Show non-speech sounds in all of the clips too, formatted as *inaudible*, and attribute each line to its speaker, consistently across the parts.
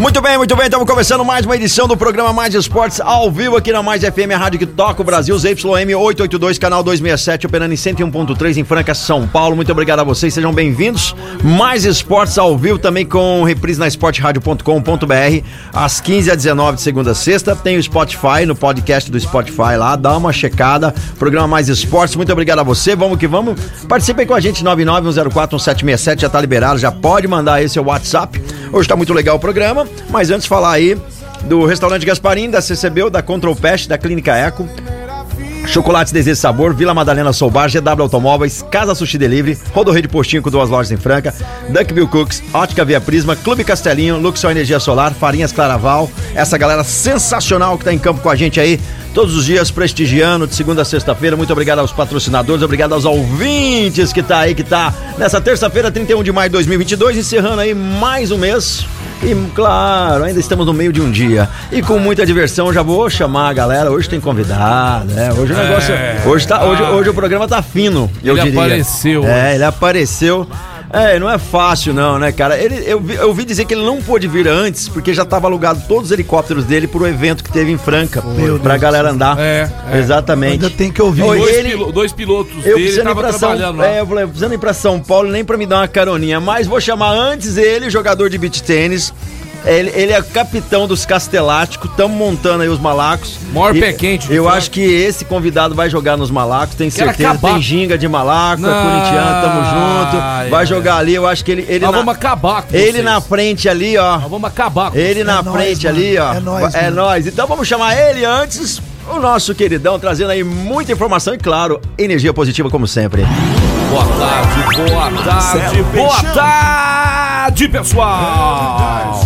Speaker 1: Muito bem, muito bem, estamos começando mais uma edição do programa Mais Esportes ao vivo aqui na Mais FM, a rádio que toca o Brasil, ZYM 882, canal 267, operando em 101.3 em Franca, São Paulo. Muito obrigado a vocês, sejam bem-vindos. Mais Esportes ao vivo também com reprise na esporteradio.com.br às 15 às 19 de segunda a sexta. Tem o Spotify, no podcast do Spotify lá, dá uma checada. Programa Mais Esportes, muito obrigado a você, vamos que vamos. Participem com a gente, 991041767, já tá liberado, já pode mandar esse seu WhatsApp. Hoje tá muito legal o programa. Mas antes falar aí do restaurante Gasparim, da CCBU, da Control Pest, da Clínica Eco. Chocolates Desejo e Sabor, Vila Madalena Soubar, GW Automóveis, Casa Sushi Delivery, Rodorreio de Postinho com duas lojas em Franca, Duck Bill Cooks, Ótica Via Prisma, Clube Castelinho, Luxor Energia Solar, Farinhas Claraval, essa galera sensacional que tá em campo com a gente aí, todos os dias prestigiando, de segunda a sexta-feira. Muito obrigado aos patrocinadores, obrigado aos ouvintes que tá aí, que tá nessa terça-feira, 31 de maio de 2022, encerrando aí mais um mês. E claro, ainda estamos no meio de um dia. E com muita diversão, já vou chamar a galera. Hoje tem convidado, né? Hoje o negócio. Hoje, tá, hoje, hoje o programa tá fino, eu
Speaker 2: É. Ah. Ele
Speaker 1: diria.
Speaker 2: apareceu
Speaker 1: É,
Speaker 2: hoje.
Speaker 1: ele apareceu. É, não é fácil não, né, cara? Ele, eu, vi, eu ouvi dizer que ele não pôde vir antes, porque já tava alugado todos os helicópteros dele pro evento que teve em Franca, pra galera andar.
Speaker 2: É, é.
Speaker 1: Exatamente.
Speaker 3: Ainda tem que ouvir.
Speaker 1: Oi,
Speaker 2: Dois,
Speaker 1: ele-
Speaker 2: pilo- dois pilotos
Speaker 1: Eu
Speaker 2: dele
Speaker 1: precisando ir
Speaker 2: estavam
Speaker 1: pra São
Speaker 2: trabalhando
Speaker 1: Paulo.
Speaker 2: lá.
Speaker 1: É, eu falei, precisando ir pra São Paulo, nem pra me dar uma caroninha, mas vou chamar antes ele, jogador de beach tênis. Ele, ele é capitão dos Casteláticos, estamos montando aí os malacos.
Speaker 2: Maior
Speaker 1: E
Speaker 2: pé quente de
Speaker 1: Eu
Speaker 2: Franca.
Speaker 1: acho que esse convidado vai jogar nos malacos, tem
Speaker 2: Quero
Speaker 1: certeza.
Speaker 2: acabar.
Speaker 1: Tem ginga de malaco, é
Speaker 2: Não,
Speaker 1: corintiano, tamo junto. Vai
Speaker 2: é.
Speaker 1: jogar ali, eu acho que ele. ele
Speaker 2: Nós
Speaker 1: na-
Speaker 2: vamos acabar com
Speaker 1: ele
Speaker 2: vocês.
Speaker 1: na frente ali, ó.
Speaker 2: Nós vamos acabar com
Speaker 1: Ele
Speaker 2: vocês.
Speaker 1: na
Speaker 3: É nóis,
Speaker 1: frente
Speaker 3: mano.
Speaker 1: ali, ó.
Speaker 3: É nóis,
Speaker 1: É
Speaker 3: mano.
Speaker 1: nóis. Então vamos chamar ele antes, o nosso queridão, trazendo aí muita informação e, claro, energia positiva como sempre.
Speaker 2: Boa tarde, boa tarde, boa tarde, pessoal!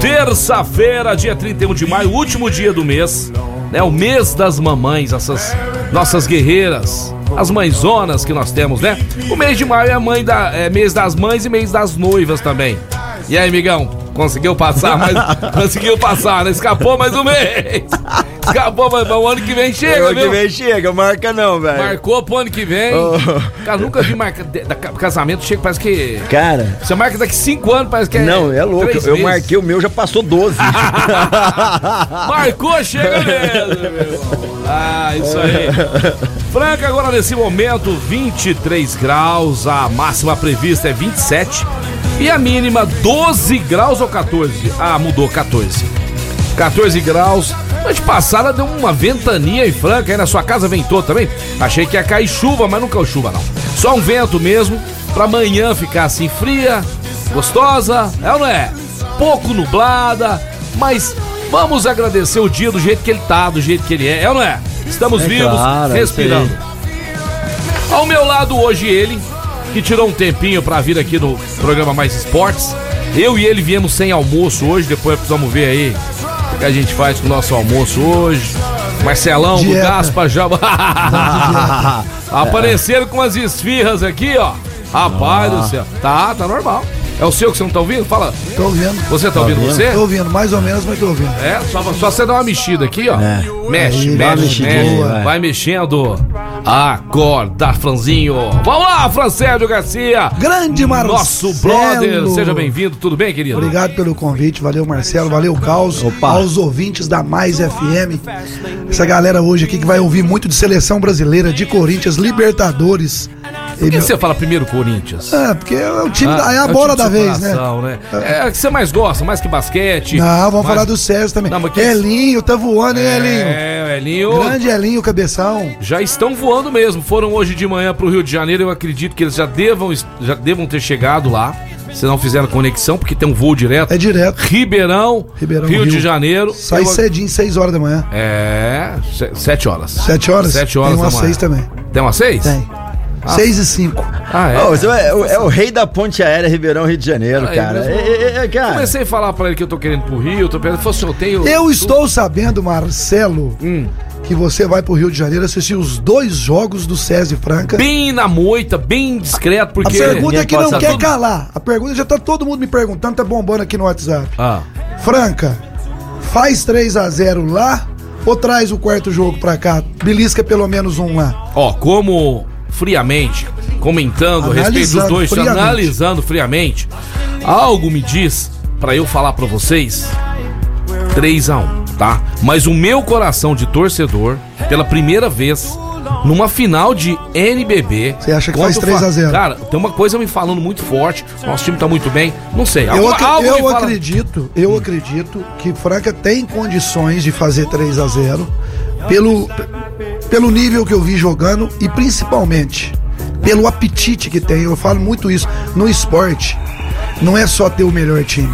Speaker 2: Terça-feira, dia 31 de maio, último dia do mês, né? O mês das mamães, essas nossas guerreiras, as mãezonas que nós temos, né? O mês de maio é, mãe da, é mês das mães e mês das noivas também. E aí, amigão, conseguiu passar mais. conseguiu passar, né? Escapou mais um mês! Escapou, mas o ano que vem chega,
Speaker 1: Chega, que
Speaker 2: viu?
Speaker 1: vem, chega, marca não, velho.
Speaker 2: Marcou pro ano que vem.
Speaker 1: Oh.
Speaker 2: Cara, nunca vi marca de- da- casamento, chega, parece que.
Speaker 1: Cara,
Speaker 2: Você marca daqui 5 anos, parece que é.
Speaker 1: não, é louco.
Speaker 2: três
Speaker 1: Eu
Speaker 2: meses.
Speaker 1: marquei o meu, já passou
Speaker 2: *laughs*
Speaker 1: 12.
Speaker 2: Marcou, chega mesmo, meu irmão. Ah, isso aí. Franca, agora nesse momento, 23 graus. A máxima prevista é 27. E a mínima, 12 graus ou 14? Ah, mudou, 14. 14 graus. Noite passada deu uma ventania em Franca, aí na sua casa ventou também. Achei que ia cair chuva, mas não caiu chuva não. Só um vento mesmo, pra amanhã ficar assim fria, gostosa, é ou não é? Pouco nublada, mas vamos agradecer o dia do jeito que ele tá, do jeito que ele é, é ou não é? Estamos
Speaker 1: É
Speaker 2: vivos,
Speaker 1: claro, é isso aí.
Speaker 2: respirando. Ao meu lado hoje ele, que tirou um tempinho pra vir aqui no programa Mais Esportes. Eu e ele viemos sem almoço hoje, depois precisamos ver aí o que a gente faz com o nosso almoço hoje. Marcelão, do
Speaker 3: Dieta.
Speaker 2: Gaspa, já... *laughs* Apareceram com as esfirras aqui, ó. Rapaz
Speaker 3: Ah.
Speaker 2: do céu. Tá, tá normal. É o seu que você não tá ouvindo? Fala.
Speaker 3: Tô ouvindo.
Speaker 2: Você tá, ouvindo, você?
Speaker 3: Tô ouvindo, mais ou menos, mas tô ouvindo.
Speaker 2: É, só, só você dar uma mexida aqui, ó.
Speaker 1: É.
Speaker 2: Mexe,
Speaker 3: Aí, dá uma
Speaker 2: mexe,
Speaker 1: mexidinha,
Speaker 2: mexe.
Speaker 1: vai.
Speaker 2: Vai. mexendo. Acorda, Franzinho. Vamos lá, Francélio Garcia.
Speaker 3: Grande Marcelo.
Speaker 2: Nosso brother. Seja bem-vindo. Tudo bem, querido?
Speaker 3: Obrigado pelo convite, valeu Marcelo, valeu Caos,
Speaker 1: Opa.
Speaker 3: aos ouvintes da Mais FM. Essa galera hoje aqui que vai ouvir muito de seleção brasileira, de Corinthians, Libertadores.
Speaker 2: Por que você fala primeiro Corinthians?
Speaker 3: É, porque é o time, da- é
Speaker 2: é
Speaker 3: a
Speaker 2: o time
Speaker 3: bola da
Speaker 2: do seu
Speaker 3: vez, né?
Speaker 2: coração, É o que você mais gosta, mais que basquete.
Speaker 3: Não, vamos
Speaker 2: mais-
Speaker 3: falar do Sérgio também.
Speaker 2: Não, mas que-
Speaker 3: Elinho, tá voando, hein, Elinho?
Speaker 2: É, o Elinho.
Speaker 3: Grande Elinho, cabeção.
Speaker 2: Já estão voando mesmo. Foram hoje de manhã pro Rio de Janeiro. Eu acredito que eles já devam, já devam ter chegado lá. Se não fizeram conexão, porque tem um voo direto.
Speaker 3: É direto.
Speaker 2: Ribeirão,
Speaker 3: Ribeirão,
Speaker 2: Rio, de
Speaker 3: Rio.
Speaker 2: Janeiro.
Speaker 3: Sai
Speaker 2: Eu-
Speaker 3: cedinho, 6 horas da manhã.
Speaker 2: É, se- sete horas.
Speaker 3: Sete horas?
Speaker 2: Sete horas
Speaker 3: Tem uma
Speaker 2: da manhã.
Speaker 3: seis também.
Speaker 2: Tem uma seis?
Speaker 3: Tem. 6 e 5.
Speaker 2: Ah, é?
Speaker 1: Ô, você é, o- é o rei da ponte aérea Ribeirão Rio de Janeiro,
Speaker 2: Aí,
Speaker 1: cara.
Speaker 2: mas-
Speaker 1: É, é, é, cara.
Speaker 2: Comecei a falar pra ele que eu tô querendo pro Rio, eu tô pensando, falou assim, eu tenho...
Speaker 3: Eu estou sabendo, Marcelo, que você vai pro Rio de Janeiro assistir os dois jogos do SESI Franca.
Speaker 2: Bem na moita, bem discreto,
Speaker 3: A
Speaker 2: porque...
Speaker 3: pergunta é que
Speaker 2: pode
Speaker 3: não
Speaker 2: saber
Speaker 3: quer
Speaker 2: tudo.
Speaker 3: calar. A pergunta já tá todo mundo me perguntando, tá bombando aqui no WhatsApp.
Speaker 2: Ah,
Speaker 3: Franca, faz 3 a 0 lá ou traz o quarto jogo pra cá? Belisca pelo menos um lá.
Speaker 2: ó, como friamente, comentando a respeito dos
Speaker 3: Analisando
Speaker 2: dois,
Speaker 3: friamente.
Speaker 2: analisando friamente, algo me diz pra eu falar pra vocês 3 a 1 tá? Mas o meu coração de torcedor, pela primeira vez, numa final de NBB...
Speaker 3: Você acha que
Speaker 2: contra
Speaker 3: faz
Speaker 2: o
Speaker 3: 3 a
Speaker 2: Fa-
Speaker 3: 0?
Speaker 2: Cara, tem uma coisa me falando muito forte, nosso time tá muito bem, não sei.
Speaker 3: Eu,
Speaker 2: alguma-
Speaker 3: acre-
Speaker 2: algo
Speaker 3: eu
Speaker 2: me fala- Hum.
Speaker 3: acredito, eu acredito que Franca tem condições de fazer 3 a 0 pelo, pelo nível que eu vi jogando e principalmente pelo apetite que tem. Eu falo muito isso. No esporte, não é só ter o melhor time.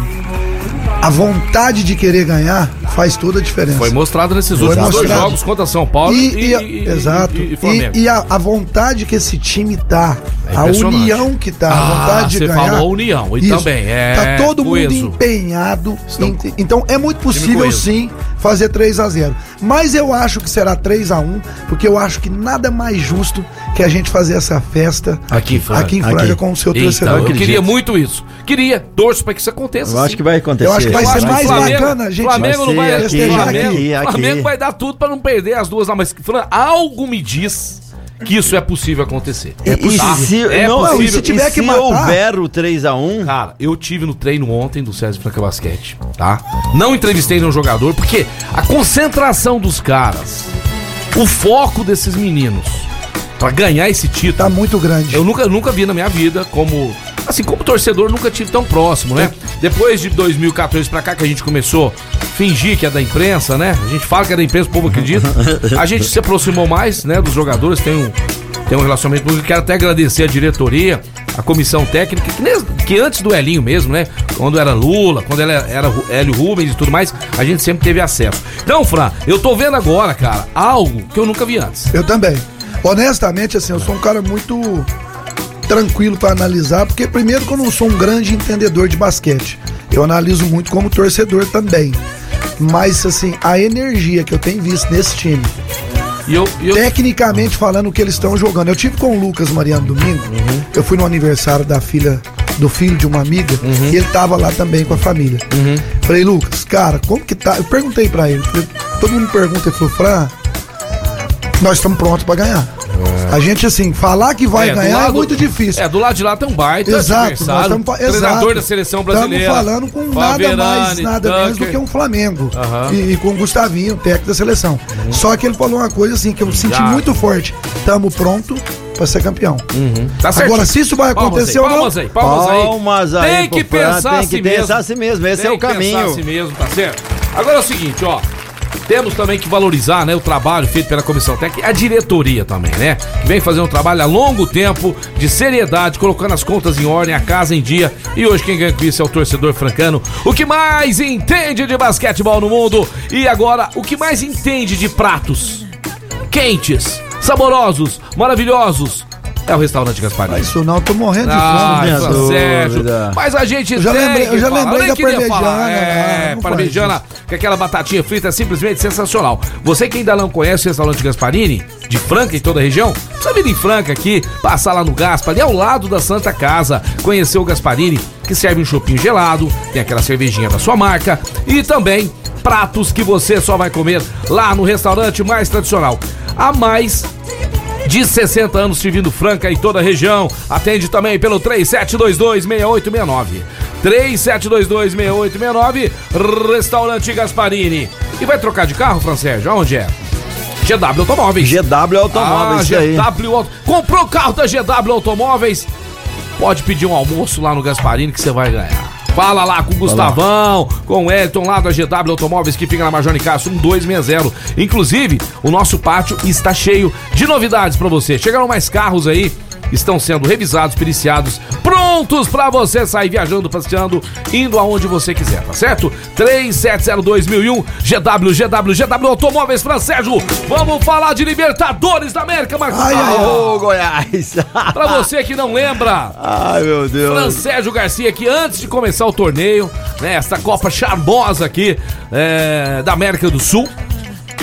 Speaker 3: A vontade de querer ganhar faz toda a diferença.
Speaker 2: Foi mostrado nesses
Speaker 3: Foi
Speaker 2: últimos dois
Speaker 3: mostrado.
Speaker 2: jogos contra São Paulo
Speaker 3: E, e- exato.
Speaker 2: e- e
Speaker 3: E,
Speaker 2: Flamengo.
Speaker 3: e a, a vontade que esse time tá,
Speaker 2: É
Speaker 3: a
Speaker 2: impressionante.
Speaker 3: união que tá, a
Speaker 2: Ah,
Speaker 3: vontade
Speaker 2: você
Speaker 3: de ganhar.
Speaker 2: falou união, e também é
Speaker 3: Tá todo
Speaker 2: coeso.
Speaker 3: mundo empenhado.
Speaker 2: Estão-
Speaker 3: em- então é muito possível
Speaker 2: coeso.
Speaker 3: sim fazer 3 a 0 Mas eu acho que será 3 a 1 porque eu acho que nada mais justo que a gente fazer essa festa
Speaker 2: Aqui em Franca.
Speaker 3: aqui em Franca
Speaker 1: Aqui.
Speaker 3: com o seu
Speaker 2: Eita,
Speaker 3: torcedor.
Speaker 2: Então, eu
Speaker 1: acredito.
Speaker 2: queria muito isso. Queria, torço pra que isso aconteça.
Speaker 1: Eu acho
Speaker 2: sim.
Speaker 1: que vai acontecer.
Speaker 3: Eu acho que vai
Speaker 2: assim. Eu
Speaker 3: ser
Speaker 2: acho que
Speaker 3: mais
Speaker 2: o Flamengo-
Speaker 3: bacana, gente.
Speaker 2: Flamengo não
Speaker 1: Vai
Speaker 2: vai
Speaker 1: ser aqui,
Speaker 2: festejar
Speaker 3: aqui,
Speaker 2: Flamengo,
Speaker 1: aqui.
Speaker 2: Flamengo vai dar tudo pra não perder as duas lá, mas Fran, algo me diz que isso é possível acontecer.
Speaker 1: E- e
Speaker 2: Tá?
Speaker 1: se,
Speaker 2: É
Speaker 1: não, tipo-
Speaker 2: possível.
Speaker 1: e se tiver que
Speaker 3: matar-
Speaker 1: houver o 3x1,
Speaker 2: Cara, eu tive no treino ontem do César Franca Basquete, tá? Não entrevistei nenhum jogador, porque a concentração dos caras, o foco desses meninos pra ganhar esse título.
Speaker 3: Tá muito grande.
Speaker 2: Eu nunca, nunca vi na minha vida como. Assim, como torcedor, nunca tive tão próximo, né? Depois de 2014 pra cá, que a gente começou a fingir que é da imprensa, né? A gente fala que é da imprensa, o povo acredita. A gente se aproximou mais, né, dos jogadores, tem um, tem um relacionamento público. Quero até agradecer a diretoria, a comissão técnica, que, nes- que antes do Elinho mesmo, né? Quando era Lula, quando ela era Ru- Hélio Rubens e tudo mais, a gente sempre teve acesso. Então, Fran, eu tô vendo agora, cara, algo que eu nunca vi antes.
Speaker 3: Eu também. Honestamente, assim, eu sou um cara muito tranquilo para analisar, porque primeiro que eu não sou um grande entendedor de basquete. Eu analiso muito como torcedor também. Mas assim, a energia que eu tenho visto nesse time,
Speaker 2: E eu, e eu
Speaker 3: tecnicamente falando o que eles estão jogando. Eu tive com o Lucas Mariano domingo.
Speaker 2: Uhum.
Speaker 3: Eu fui no aniversário da filha do filho de uma amiga
Speaker 2: Uhum.
Speaker 3: e ele tava lá também com a família. Falei, Lucas, cara, como que tá? Eu perguntei pra ele. falei, todo mundo pergunta, ele falou, Fran, nós estamos prontos pra ganhar. A gente, assim, falar que vai
Speaker 2: É. do
Speaker 3: ganhar é
Speaker 2: lado-
Speaker 3: muito difícil.
Speaker 2: É, do lado de lá tem um baita
Speaker 3: Exato, nós
Speaker 2: adversário,
Speaker 3: estamos fa-
Speaker 2: treinador
Speaker 3: exato.
Speaker 2: da seleção brasileira.
Speaker 3: Estamos falando com nada
Speaker 2: Faverani,
Speaker 3: mais, nada menos do
Speaker 2: Tucker.
Speaker 3: que um Flamengo.
Speaker 2: Aham. Uhum.
Speaker 3: E, e com o Gustavinho, técnico da seleção. Só que ele falou uma coisa assim que eu senti
Speaker 2: Já.
Speaker 3: muito forte. Estamos pronto para ser campeão.
Speaker 2: Tá certo.
Speaker 3: Agora, se isso vai acontecer ou não,
Speaker 2: palmas aí, palmas aí,
Speaker 1: palmas aí,
Speaker 2: Tem que
Speaker 1: pro Fran, tem
Speaker 2: pensar
Speaker 1: que
Speaker 2: assim
Speaker 1: pensar
Speaker 2: mesmo.
Speaker 1: assim mesmo. Esse
Speaker 2: Tem
Speaker 1: é o
Speaker 2: que pensar
Speaker 1: caminho.
Speaker 2: assim mesmo, tá certo? Agora é o seguinte, ó. Temos também que valorizar né, o trabalho feito pela comissão técnica, a diretoria também, né? Que vem fazendo um trabalho a longo tempo, de seriedade, colocando as contas em ordem, a casa em dia. E hoje quem ganha com isso é o torcedor francano, o que mais entende de basquetebol no mundo. E agora, o que mais entende de pratos quentes, saborosos, maravilhosos é o restaurante Gasparini.
Speaker 3: isso não, eu tô morrendo de
Speaker 2: Ah,
Speaker 3: fome.
Speaker 1: minha
Speaker 2: tá
Speaker 1: dúvida.
Speaker 2: certo. Mas a gente
Speaker 3: Eu já
Speaker 2: tem
Speaker 3: lembrei-
Speaker 2: que
Speaker 3: eu já
Speaker 2: falar.
Speaker 3: lembrei
Speaker 2: nem
Speaker 3: da
Speaker 2: queria
Speaker 3: parmegiana,
Speaker 2: falar.
Speaker 3: né?
Speaker 2: É,
Speaker 3: Não faz
Speaker 2: parmegiana, que aquela batatinha frita é simplesmente sensacional. Você que ainda não conhece o restaurante Gasparini, de Franca, em toda a região, precisa vir em Franca aqui, passar lá no Gasparini, ao lado da Santa Casa, conhecer o Gasparini, que serve um chopinho gelado, tem aquela cervejinha da sua marca e também pratos que você só vai comer lá no restaurante mais tradicional. A mais de 60 anos servindo Franca e toda a região. Atende também pelo 3722-6869. 3722-6869, Restaurante Gasparini. E vai trocar de carro, Francérgio? Aonde é? GW Automóveis.
Speaker 1: GW Automóveis,
Speaker 2: Ah,
Speaker 1: isso aí.
Speaker 2: GW Auto- Comprou o carro da GW Automóveis? Pode pedir um almoço lá no Gasparini que você vai ganhar. Fala lá com o Gustavão, com o Elton lá da GW Automóveis que fica na Major um Nicasso 1260. Inclusive, o nosso pátio está cheio de novidades pra você. Chegaram mais carros aí estão sendo revisados, periciados, prontos pra você sair viajando, passeando, indo aonde você quiser, tá certo? 3702.001 GW, GW, GW Automóveis Fran Sérgio. Vamos falar de Libertadores da América, Marcos.
Speaker 3: Ai, ai, ai.
Speaker 1: Ô, Goiás! *laughs*
Speaker 2: Pra você que não lembra,
Speaker 1: Ai, meu
Speaker 2: Fran
Speaker 1: Deus.
Speaker 2: Sérgio Garcia que antes de começar o torneio, né, essa Copa charmosa aqui é, da América do Sul,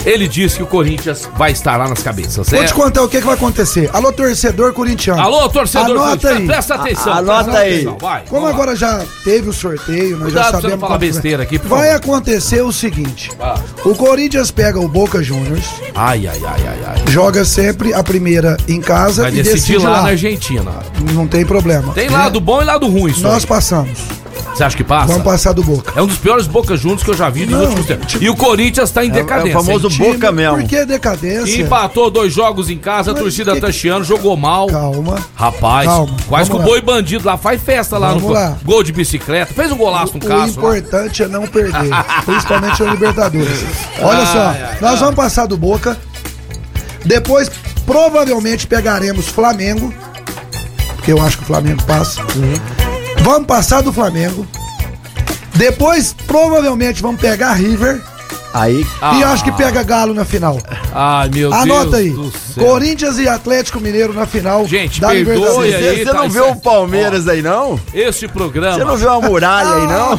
Speaker 2: ele disse que o Corinthians vai estar lá nas cabeças.
Speaker 3: Vou
Speaker 2: é?
Speaker 3: te contar o que, que vai acontecer. Alô, torcedor corintiano.
Speaker 2: Alô, torcedor,
Speaker 3: Anota
Speaker 2: Corinthians,
Speaker 3: aí.
Speaker 2: presta atenção.
Speaker 1: A- anota
Speaker 2: presta
Speaker 1: aí.
Speaker 2: atenção, vai,
Speaker 3: Como
Speaker 2: vamos lá.
Speaker 3: agora já teve o sorteio, nós
Speaker 2: Cuidado pra
Speaker 3: já
Speaker 2: você não
Speaker 3: sabemos.
Speaker 2: falar
Speaker 3: quanto-
Speaker 2: besteira aqui, por
Speaker 3: Vai
Speaker 2: favor.
Speaker 3: acontecer o seguinte:
Speaker 2: Ah.
Speaker 3: o Corinthians pega o Boca Juniors,
Speaker 2: Ai, ai, ai, ai, ai.
Speaker 3: joga sempre a primeira em casa
Speaker 2: Vai
Speaker 3: e
Speaker 2: decidir
Speaker 3: decide
Speaker 2: lá,
Speaker 3: lá.
Speaker 2: na Argentina.
Speaker 3: Não tem problema.
Speaker 2: Tem
Speaker 3: Né?
Speaker 2: lado bom e lado ruim, isso.
Speaker 3: Nós
Speaker 2: aí.
Speaker 3: passamos.
Speaker 2: Você acha que passa?
Speaker 3: Vamos passar do Boca.
Speaker 2: É um dos piores Boca Juntos que eu já vi nos
Speaker 3: Não, tipo- É
Speaker 2: últimos tempos. E o Corinthians tá em decadência.
Speaker 1: famoso
Speaker 2: hein?
Speaker 1: Boca mesmo.
Speaker 3: Porque é decadência.
Speaker 2: Empatou dois jogos em casa, a
Speaker 3: Mas
Speaker 2: torcida
Speaker 3: que-
Speaker 2: tá chiando, jogou mal.
Speaker 3: Calma.
Speaker 2: Rapaz,
Speaker 3: Calma,
Speaker 2: quase
Speaker 3: vamos
Speaker 2: que o
Speaker 3: lá.
Speaker 2: boi bandido lá faz festa lá
Speaker 3: Vamos
Speaker 2: no
Speaker 3: lá.
Speaker 2: gol de bicicleta. Fez um golaço no
Speaker 3: O
Speaker 2: caso. lá.
Speaker 3: importante é
Speaker 2: *laughs*
Speaker 3: não perder, principalmente o Libertadores.
Speaker 2: Ah,
Speaker 3: Olha só,
Speaker 2: é,
Speaker 3: nós vamos passar do Boca. Depois, provavelmente, pegaremos Flamengo. Porque eu acho que o Flamengo passa. Vamos passar do Flamengo. Depois, provavelmente, vamos pegar River.
Speaker 1: Aí,
Speaker 3: E
Speaker 2: Ah.
Speaker 3: acho que pega Galo na final.
Speaker 2: Ai, meu
Speaker 3: Anota aí.
Speaker 2: Deus do céu.
Speaker 3: Corinthians e Atlético Mineiro na final
Speaker 2: Gente,
Speaker 3: da
Speaker 2: perdoe
Speaker 3: Libertadores.
Speaker 2: aí.
Speaker 1: você
Speaker 2: tá
Speaker 1: não viu o
Speaker 2: certo.
Speaker 1: Palmeiras aí, não?
Speaker 2: Este
Speaker 1: Você
Speaker 2: programa,
Speaker 1: não viu a muralha aí, não?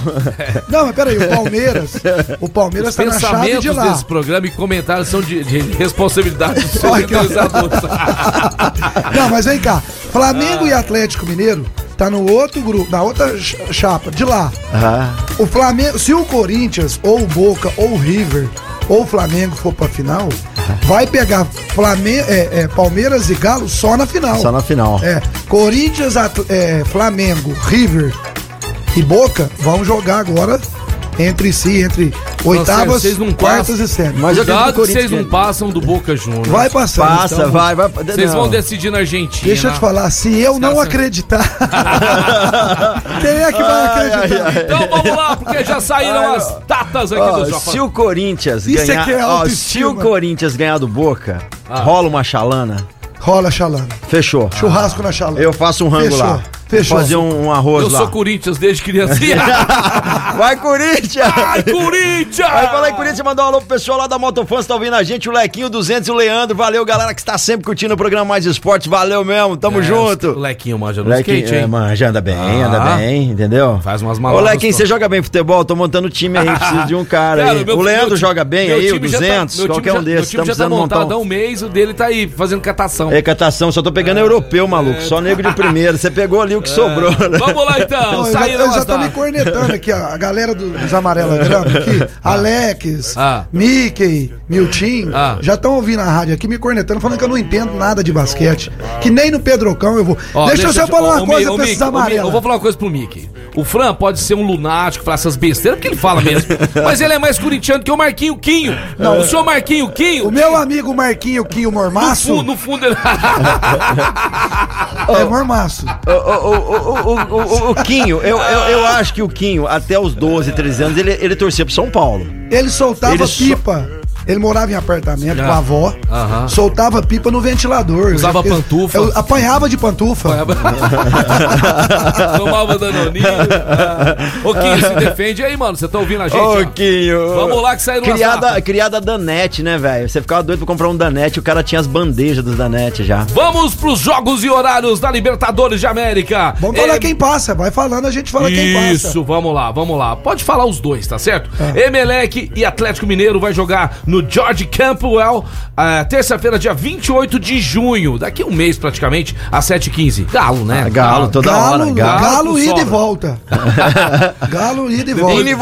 Speaker 3: Não, mas peraí,
Speaker 2: *laughs*
Speaker 3: o Palmeiras. o Palmeiras
Speaker 2: os
Speaker 3: tá na chave de
Speaker 2: pensamentos
Speaker 3: lá.
Speaker 2: desse programa e comentários são de, de responsabilidade dos
Speaker 3: Olha que- *laughs*
Speaker 2: organizadores.
Speaker 3: Não, mas vem
Speaker 2: Ah.
Speaker 3: cá. Flamengo e Atlético Mineiro tá no outro grupo, na outra ch- chapa, de lá.
Speaker 2: Ah.
Speaker 1: Ah.
Speaker 3: O Flamengo, se o Corinthians, ou o Boca, ou o River, ou o Flamengo for
Speaker 1: *laughs*
Speaker 3: pra final, vai pegar Flamengo, é, é, Palmeiras e Galo só na final.
Speaker 1: Só na final.
Speaker 3: É, Corinthians, Atl- é, Flamengo, River e Boca vão jogar agora entre si, entre oitavas,
Speaker 2: vocês não
Speaker 3: quartas
Speaker 2: passam.
Speaker 3: e sétimas.
Speaker 1: Mas eu acredito
Speaker 2: Cuidado
Speaker 1: que
Speaker 2: que
Speaker 1: o
Speaker 2: vocês não
Speaker 1: Corinthians
Speaker 2: passam do Boca Juniors.
Speaker 3: Vai passar.
Speaker 1: passa,
Speaker 3: então.
Speaker 1: vai, vai.
Speaker 2: Vocês vão
Speaker 1: não.
Speaker 2: decidir na Argentina.
Speaker 3: Deixa eu te falar, se eu não
Speaker 2: caras-
Speaker 3: acreditar, *laughs* quem é que vai acreditar?
Speaker 2: Então vamos lá, porque já saíram as datas aqui
Speaker 1: Ó,
Speaker 2: do Japão.
Speaker 1: se o Corinthians
Speaker 3: Isso
Speaker 1: ganhar,
Speaker 3: aqui é
Speaker 1: ó, se
Speaker 3: autoestima.
Speaker 1: o Corinthians ganhar do Boca,
Speaker 2: Ah.
Speaker 1: rola uma chalana.
Speaker 3: Rola xalana.
Speaker 1: Fechou.
Speaker 3: Churrasco na xalana.
Speaker 1: Eu faço um rango
Speaker 3: Fechou,
Speaker 1: lá.
Speaker 3: fechou.
Speaker 1: Fazer um, um arroz
Speaker 2: Eu
Speaker 1: lá. Ah,
Speaker 2: sou Corinthians desde criancinha.
Speaker 3: *laughs*
Speaker 1: Vai, Corinthians!
Speaker 2: Ai, Corinthians!
Speaker 1: Aí fala aí, Corinthians, mandar um alô pro pessoal lá da Motofãs, tá ouvindo a gente, o Lequinho 200 e o Leandro. Valeu, galera, que está sempre curtindo o programa Mais Esporte. Valeu mesmo, tamo
Speaker 2: É,
Speaker 1: junto.
Speaker 2: O Lequinho manja no
Speaker 1: Lequinho,
Speaker 2: skate, hein?
Speaker 1: é, mano, já anda bem, anda
Speaker 2: Ah.
Speaker 1: bem, entendeu?
Speaker 2: Faz umas
Speaker 1: Ô,
Speaker 2: malas.
Speaker 1: Lequinho, você joga bem futebol? Tô montando time aí, preciso de um cara, aí. o Leandro joga bem aí, o 200, qualquer um desses.
Speaker 2: O tá-
Speaker 1: Estamos
Speaker 2: time já tá
Speaker 1: precisando montar
Speaker 2: montado há
Speaker 1: um...
Speaker 2: um mês, o dele tá aí, fazendo catação.
Speaker 1: É, catação, só tô pegando europeu, maluco. Só nego de primeiro. Você pegou ali o que sobrou. né?
Speaker 2: É. Vamos
Speaker 1: *laughs*
Speaker 2: lá
Speaker 3: Não,
Speaker 2: então,
Speaker 3: eu já,
Speaker 2: saíram
Speaker 3: eu já
Speaker 2: as
Speaker 3: tô me
Speaker 2: datas.
Speaker 3: cornetando aqui, ó, a galera do- dos Amarela Grama
Speaker 2: *laughs*
Speaker 3: aqui, Alex,
Speaker 2: Ah.
Speaker 3: Mickey, Miltinho,
Speaker 2: Ah.
Speaker 3: já estão ouvindo a rádio aqui me cornetando, falando que eu não entendo nada de basquete, que nem no Pedrocão eu vou.
Speaker 2: Ó,
Speaker 3: deixa, eu só
Speaker 2: te-
Speaker 3: falar
Speaker 2: ô,
Speaker 3: uma coisa
Speaker 2: ô,
Speaker 3: pra
Speaker 2: Mickey,
Speaker 3: esses
Speaker 2: ô, Mickey, Eu vou
Speaker 3: amarelos.
Speaker 2: falar uma coisa pro Mickey. O Fran pode ser um lunático, falar essas besteiras, porque ele fala
Speaker 3: *laughs*
Speaker 2: mesmo. Mas ele é mais corintiano que o Marquinho Quinho. Não, o senhor Marquinho Quinho.
Speaker 3: O meu amigo Marquinho Quinho
Speaker 2: no
Speaker 3: Mormaço,
Speaker 2: fundo, no fundo ele... *laughs*
Speaker 3: é Mormaço.
Speaker 1: O, o, o, o, o, o- o Quinho, eu, eu, eu acho que o Quinho, até os 12, 13 anos, ele, ele torcia pro São Paulo.
Speaker 3: Ele soltava
Speaker 1: Ele so-
Speaker 3: pipa. Ele morava em apartamento
Speaker 2: Ah.
Speaker 3: com a avó,
Speaker 2: Aham.
Speaker 3: soltava pipa no ventilador.
Speaker 2: Usava
Speaker 3: Eu- eu-
Speaker 2: pantufa.
Speaker 3: Eu apanhava de pantufa.
Speaker 2: Tomava danoninho. Ah. Ô, Quinho,
Speaker 3: *laughs*
Speaker 2: se defende aí, mano. Você tá ouvindo a gente? ó?
Speaker 1: Quinho.
Speaker 2: Vamos lá que saíram umas
Speaker 1: Criada,
Speaker 2: datas.
Speaker 1: criada Danete, né, velho? Você ficava doido pra comprar um Danete, o cara tinha as bandejas dos Danete já.
Speaker 2: Vamos pros jogos e horários da Libertadores de América.
Speaker 3: Vamos falar
Speaker 2: Em-
Speaker 3: quem passa. Vai falando, a gente fala quem passa. Ah.
Speaker 2: Isso, vamos lá, vamos lá. Pode falar os dois, tá certo? Emelec e Atlético Mineiro vai jogar no George Campwell ah, terça-feira, dia 28 de junho. Daqui um mês, praticamente, às 7h15. Galo, né?
Speaker 1: Ah, Galo, toda
Speaker 3: Galo,
Speaker 1: hora.
Speaker 3: galo,
Speaker 1: Galo.
Speaker 2: Galo
Speaker 3: ida
Speaker 2: sobra.
Speaker 3: e volta. galo ida e
Speaker 1: Indo e
Speaker 3: volta.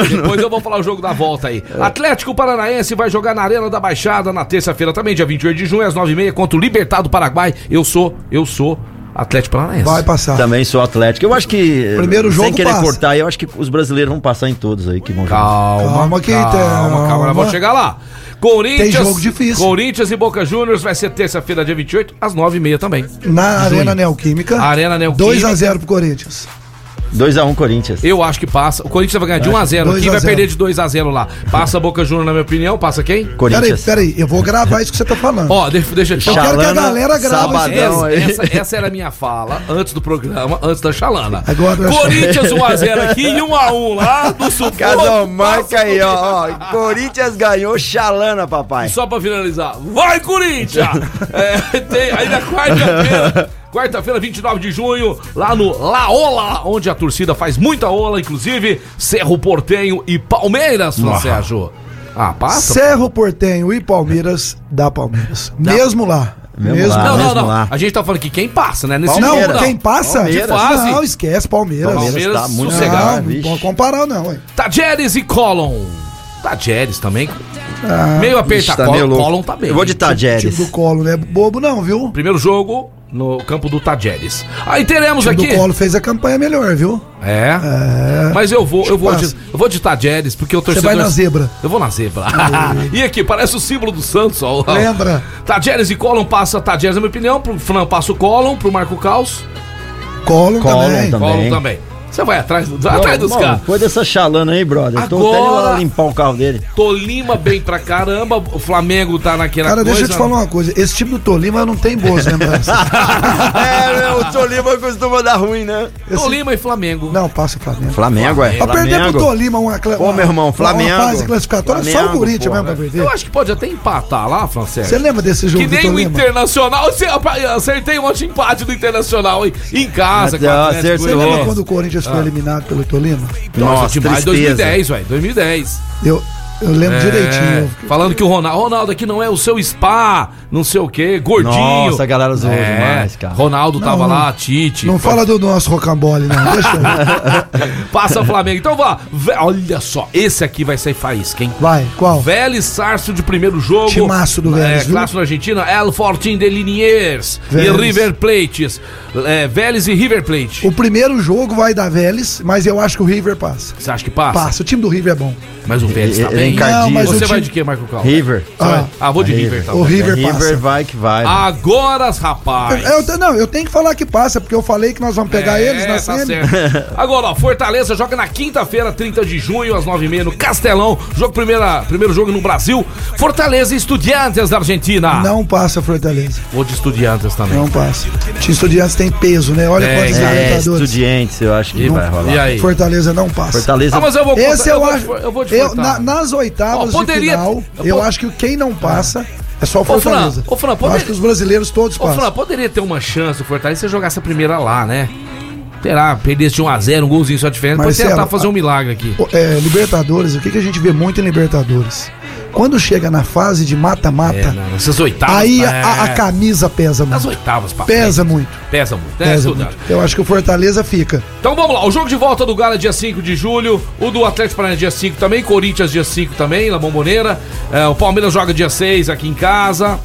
Speaker 1: voltando.
Speaker 2: Depois eu vou falar o jogo da volta aí.
Speaker 3: É.
Speaker 2: Atlético Paranaense vai jogar na Arena da Baixada na terça-feira também, dia 28 de junho, às 9h30, contra o Libertado Paraguai. Eu sou, eu sou Atlético Paranaense.
Speaker 3: Vai passar.
Speaker 1: Também sou atlético. Eu acho que.
Speaker 3: Tá. Primeiro
Speaker 1: Sem
Speaker 3: jogo
Speaker 1: querer
Speaker 3: passa.
Speaker 1: cortar, eu acho que os brasileiros vão passar em todos aí que vão jogar.
Speaker 2: Calma,
Speaker 3: Calma que
Speaker 2: calma,
Speaker 3: tem-
Speaker 2: calma, calma, vamos chegar lá. Corinthians,
Speaker 3: Tem jogo difícil.
Speaker 2: Corinthians e Boca Juniors vai ser terça-feira, dia 28, às 9h30 também.
Speaker 3: Na Arena Neoquímica.
Speaker 2: Arena Neoquímica.
Speaker 3: 2 a 0 pro Corinthians.
Speaker 1: 2x1 Corinthians.
Speaker 2: Eu acho que passa. O Corinthians vai ganhar de 1x0.
Speaker 3: Dois
Speaker 2: Quem
Speaker 3: a
Speaker 2: vai
Speaker 3: zero.
Speaker 2: perder de 2x0 lá? Passa a Boca Juniors, na minha opinião. Passa quem?
Speaker 3: Peraí,
Speaker 1: Corinthians.
Speaker 3: peraí, eu vou gravar isso que você tá falando.
Speaker 2: Ó, deixa, deixa eu te
Speaker 3: quero
Speaker 2: falar.
Speaker 3: que a galera grave
Speaker 1: sabadão
Speaker 2: Essa,
Speaker 1: aí.
Speaker 2: essa, essa era a minha fala antes do programa, antes da Xalana.
Speaker 3: Agora eu acho-
Speaker 2: Corinthians 1x0 aqui e 1x1 lá
Speaker 1: *laughs*
Speaker 2: do sufoco.
Speaker 1: Casal, marca
Speaker 2: passa
Speaker 1: aí,
Speaker 2: do-
Speaker 1: ó, ó. Corinthians ganhou Xalana, papai.
Speaker 2: Só pra finalizar, vai Corinthians! É, tem aí na quarta-feira, quarta-feira, 29 de junho, lá no Laola, onde a torcida faz muita ola, inclusive Cerro Portenho e Palmeiras, Fran Sérgio. Ah, passa?
Speaker 3: Cerro Portenho e Palmeiras dá Palmeiras. Mesmo lá. Mesmo
Speaker 1: lá,
Speaker 2: não,
Speaker 3: lá.
Speaker 2: não,
Speaker 1: Ah, mesmo
Speaker 2: não.
Speaker 1: lá.
Speaker 2: A gente tá falando que quem passa, né? Nesse
Speaker 3: Não,
Speaker 1: Palmeiras.
Speaker 2: jogo,
Speaker 3: quem passa? tipo,
Speaker 1: Palmeiras.
Speaker 2: Fase.
Speaker 3: Não, esquece, Palmeiras.
Speaker 2: Palmeiras.
Speaker 1: tá muito
Speaker 2: sossegado,
Speaker 3: Não,
Speaker 1: legal,
Speaker 3: não pode
Speaker 1: vixe.
Speaker 3: comparar não, hein?
Speaker 2: Tajeres e Colon. Tajeres também. meio
Speaker 1: Vixe, tá
Speaker 2: apertado.
Speaker 1: meio
Speaker 2: Colon,
Speaker 1: louco.
Speaker 2: Colon tá bem.
Speaker 1: Eu vou de
Speaker 3: Time do
Speaker 1: Tajeres.
Speaker 3: Colo não é bobo não, viu?
Speaker 2: Primeiro jogo no campo do Tajeres. Aí teremos
Speaker 3: O time
Speaker 2: aqui.
Speaker 3: do Colo fez a campanha melhor, viu?
Speaker 2: É. Mas eu vou, eu vou,
Speaker 3: Passa.
Speaker 2: de, eu vou de Tajeres, porque o torcedor.
Speaker 3: vai na zebra.
Speaker 2: Eu vou na zebra. *laughs* e aqui, parece o símbolo do Santos, ó.
Speaker 3: Lembra?
Speaker 2: Tajeres e Colon passa Tajeres, na minha opinião. Pro Fran passa o Colon, pro Marco Caos.
Speaker 3: Colo
Speaker 1: Colo
Speaker 3: também.
Speaker 1: também.
Speaker 2: Colon também. Você vai atrás, vai atrás dos caras.
Speaker 1: Foi dessa Xalana aí, brother. Eu Tô até indo
Speaker 2: Agora-
Speaker 1: lá limpar o carro dele.
Speaker 3: *laughs*
Speaker 2: Tolima bem pra caramba. O Flamengo tá naquela
Speaker 3: Cara, deixa eu
Speaker 2: coisa.
Speaker 3: te falar uma coisa. Esse time do Tolima não tem boas lembranças.
Speaker 2: *laughs*
Speaker 1: é, meu, o Tolima costuma dar ruim, né?
Speaker 3: Esse-
Speaker 2: Tolima e Flamengo.
Speaker 3: Não, passa o Flamengo.
Speaker 1: Flamengo, é.
Speaker 3: Pra perder pro Tolima uma, cla-
Speaker 1: Pô,
Speaker 3: uma-
Speaker 1: meu irmão,
Speaker 3: uma-
Speaker 1: Flamengo.
Speaker 3: Uma fase classificatória, só
Speaker 1: Flamengo, né?
Speaker 3: o Corinthians
Speaker 1: porra.
Speaker 3: mesmo pra
Speaker 2: Eu
Speaker 3: perder.
Speaker 2: acho que pode até empatar lá, Francesco.
Speaker 3: Você lembra desse jogo
Speaker 2: Que
Speaker 3: do
Speaker 2: nem o
Speaker 3: Tolima?
Speaker 2: Internacional. Você- Acertei ontem empate do Internacional hein? em casa.
Speaker 1: Ah,
Speaker 2: com o Atlético
Speaker 1: acertou.
Speaker 3: Você lembra
Speaker 2: Goianiense.
Speaker 3: quando o Corinthians
Speaker 2: Ah.
Speaker 3: foi eliminado pelo Tolima?
Speaker 2: Nossa,
Speaker 1: Nossa,
Speaker 2: demais.
Speaker 1: tristeza.
Speaker 2: 2010, velho. 2010.
Speaker 3: Eu, eu lembro direitinho.
Speaker 2: É, falando que o Ronaldo. Ronaldo aqui não é o seu spa, não sei o quê, gordinho.
Speaker 1: Nossa, a galera zoou
Speaker 2: É,
Speaker 1: demais, cara.
Speaker 2: Ronaldo tava
Speaker 3: Não,
Speaker 2: lá, Tite.
Speaker 3: Não fala do nosso rocambole, não. Deixa
Speaker 2: *laughs*
Speaker 3: eu.
Speaker 2: Passa Flamengo. Então vá. Ve- Olha só, esse aqui vai sair faísca, hein?
Speaker 3: Vai, qual?
Speaker 2: Vélez Sarso de primeiro jogo.
Speaker 3: Timaço do Vélez,
Speaker 2: É,
Speaker 3: viu?
Speaker 2: clássico da Argentina. El Fortin de Liniers.
Speaker 3: Vélez.
Speaker 2: E River Plate. É, Vélez e River Plate.
Speaker 3: O primeiro jogo vai dar Vélez, mas eu acho que o River passa.
Speaker 2: Você acha que passa?
Speaker 3: Passa, o time do River é bom.
Speaker 2: Mas o Vélez tá
Speaker 1: Ele-
Speaker 2: bem.
Speaker 1: ele é, encardido.
Speaker 3: Não, mas
Speaker 2: Você
Speaker 3: o
Speaker 2: vai
Speaker 3: time-
Speaker 2: de quê, Marco Calvo?
Speaker 1: River.
Speaker 3: Ah,
Speaker 2: Ah, vou de
Speaker 1: River.
Speaker 2: River. tá
Speaker 3: o
Speaker 2: bom.
Speaker 3: River,
Speaker 1: É, River
Speaker 3: passa.
Speaker 1: vai que vai.
Speaker 3: É.
Speaker 1: né?
Speaker 2: Ah, Agora, rapaz.
Speaker 3: Ah, Eu- eu- não, eu tenho É, que falar que passa, porque eu falei que nós vamos pegar
Speaker 2: É,
Speaker 3: eles na
Speaker 2: tá
Speaker 3: semi.
Speaker 2: certo.
Speaker 3: *laughs*
Speaker 2: Agora, ó, Fortaleza joga na quinta-feira, 30 de junho, às 9h30, no Castelão. Jogo primeira, primeiro jogo no Brasil. Fortaleza e Estudiantes da Argentina.
Speaker 3: Não passa Fortaleza.
Speaker 2: Vou de Estudiantes também.
Speaker 3: Não passa. Time estudiantes tem peso, né? Olha
Speaker 2: É,
Speaker 3: quantos
Speaker 2: é,
Speaker 1: É,
Speaker 3: Libertadores.
Speaker 1: estudiantes, eu acho que
Speaker 2: E,
Speaker 1: vai rolar.
Speaker 2: e aí?
Speaker 3: Fortaleza não passa.
Speaker 1: Fortaleza.
Speaker 2: Ah, mas eu vou
Speaker 3: Esse eu,
Speaker 2: vou de-
Speaker 3: acho.
Speaker 2: eu vou de
Speaker 3: eu-
Speaker 2: Fortaleza.
Speaker 3: na- nas oitavas
Speaker 2: Ó, poderia-
Speaker 3: de final,
Speaker 2: eu
Speaker 3: eu,
Speaker 2: po-
Speaker 3: acho que quem não passa é só o
Speaker 2: Fran,
Speaker 3: Fortaleza.
Speaker 2: ô, Fran,
Speaker 3: Eu
Speaker 2: poderia-
Speaker 3: acho que os brasileiros todos
Speaker 2: Ô, Fran,
Speaker 3: passam.
Speaker 2: poderia ter uma chance o Fortaleza se você jogasse a primeira lá, né? Terá, perdesse de 1x0, um golzinho só de diferença. Pode
Speaker 3: Marcelo,
Speaker 2: tentar fazer um milagre aqui.
Speaker 3: Ô, é, Libertadores, o que, que a gente vê muito em Libertadores? Quando chega na fase de mata-mata,
Speaker 2: É, não, essas oitavas.
Speaker 3: aí
Speaker 2: é,
Speaker 3: a, a camisa pesa
Speaker 2: Nas
Speaker 3: muito.
Speaker 2: oitavas, pra
Speaker 3: Pesa
Speaker 2: frente.
Speaker 3: muito.
Speaker 2: Pesa muito. né,
Speaker 3: Pesa
Speaker 2: Estudiantes?
Speaker 3: muito. Eu acho que o Fortaleza fica.
Speaker 2: Então vamos lá, o jogo de volta do Galo é dia 5 de julho, o do Atlético Paranaense é dia 5 também, Corinthians dia 5 também, na Bomboneira. É, o Palmeiras joga dia 6 aqui em casa.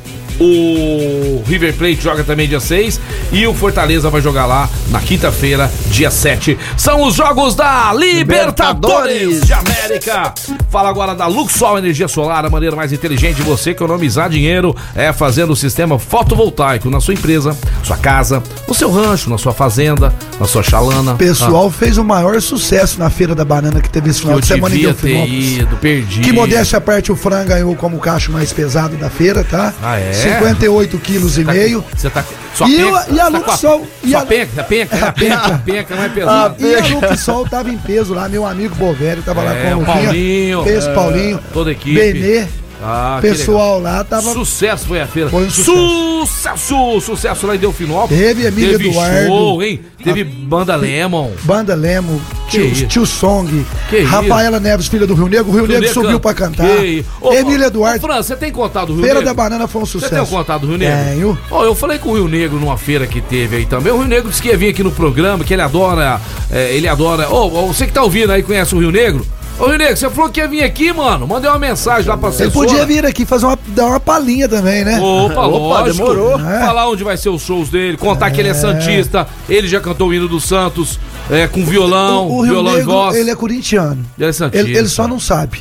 Speaker 2: O River Plate joga também dia 6 e o Fortaleza vai jogar lá na quinta-feira, dia 7. São os jogos da Libertadores
Speaker 1: Libertadores.
Speaker 2: de América. Fala agora da Luxol Energia Solar, a maneira mais inteligente de você economizar dinheiro é fazendo o sistema fotovoltaico na sua empresa, sua casa, no seu rancho, na sua fazenda, na sua chalana.
Speaker 3: O pessoal fez o maior sucesso na Feira da Banana que teve esse
Speaker 2: Ah,
Speaker 3: final
Speaker 2: eu
Speaker 3: de semana
Speaker 2: devia ter
Speaker 3: Delfinópolis.
Speaker 2: ido, perdi.
Speaker 3: Que modéstia à parte, o Fran ganhou como cacho mais pesado da feira, tá?
Speaker 2: Ah, é?
Speaker 3: 58 quilos e
Speaker 2: Tá-
Speaker 3: meio.
Speaker 2: Você tá. Sua
Speaker 3: E
Speaker 2: penca,
Speaker 3: o- e a
Speaker 2: você tá com
Speaker 3: Luxol- e
Speaker 2: Sua
Speaker 3: a- Ah,
Speaker 2: penca, a
Speaker 3: *laughs*
Speaker 2: penca, né? a penca, a penca mais pesada.
Speaker 3: E a Luxol tava em peso lá, meu amigo Bovério tava lá
Speaker 2: É,
Speaker 3: com
Speaker 2: o
Speaker 3: o Luquinha,
Speaker 2: Paulinho,
Speaker 3: fez
Speaker 2: é,
Speaker 3: Paulinho,
Speaker 2: toda a equipe.
Speaker 3: Benê,
Speaker 2: Ah, que
Speaker 3: pessoal lá
Speaker 2: legal.
Speaker 3: tava
Speaker 2: Sucesso foi a feira.
Speaker 3: Foi um
Speaker 2: sucesso. sucesso! lá em Delfinópolis.
Speaker 3: Teve Emílio
Speaker 2: Teve
Speaker 3: Eduardo.
Speaker 2: show, hein? Teve banda Lemon.
Speaker 3: Banda Lemo,
Speaker 2: isso.
Speaker 3: Tio, Tio Song,
Speaker 2: Que
Speaker 3: Rafaela Neves, filha do Rio Negro, o Rio Negro
Speaker 2: Negro canta.
Speaker 3: subiu pra cantar,
Speaker 2: Que- Ô,
Speaker 3: Emílio
Speaker 2: ô,
Speaker 3: Eduardo,
Speaker 2: ô, Fran, você tem contato do Rio
Speaker 3: Feira
Speaker 2: Negro?
Speaker 3: da Banana foi um
Speaker 2: Você
Speaker 3: sucesso.
Speaker 2: tem o contato do Rio Negro?
Speaker 3: Tenho.
Speaker 2: Ó, eu falei com o Rio Negro numa feira que teve aí também. O Rio Negro disse que ia vir aqui no programa, que ele adora. é, ele adora. Ô, ô, você que tá ouvindo aí conhece o Rio Negro? Ô, Rio Negro, você falou que ia vir aqui, mano. Mandei uma mensagem lá pra você.
Speaker 3: Ele podia vir aqui fazer uma, dar uma palhinha também, né?
Speaker 2: Opa, lógico.
Speaker 1: demorou.
Speaker 3: É.
Speaker 2: Falar onde vai ser os shows dele, contar que ele é santista, ele já cantou o hino do Santos é, com violão,
Speaker 3: o, o Rio
Speaker 2: violão e
Speaker 3: Negro, é
Speaker 2: voz.
Speaker 3: ele é corintiano.
Speaker 2: Ele é santista.
Speaker 3: Ele, ele só não sabe.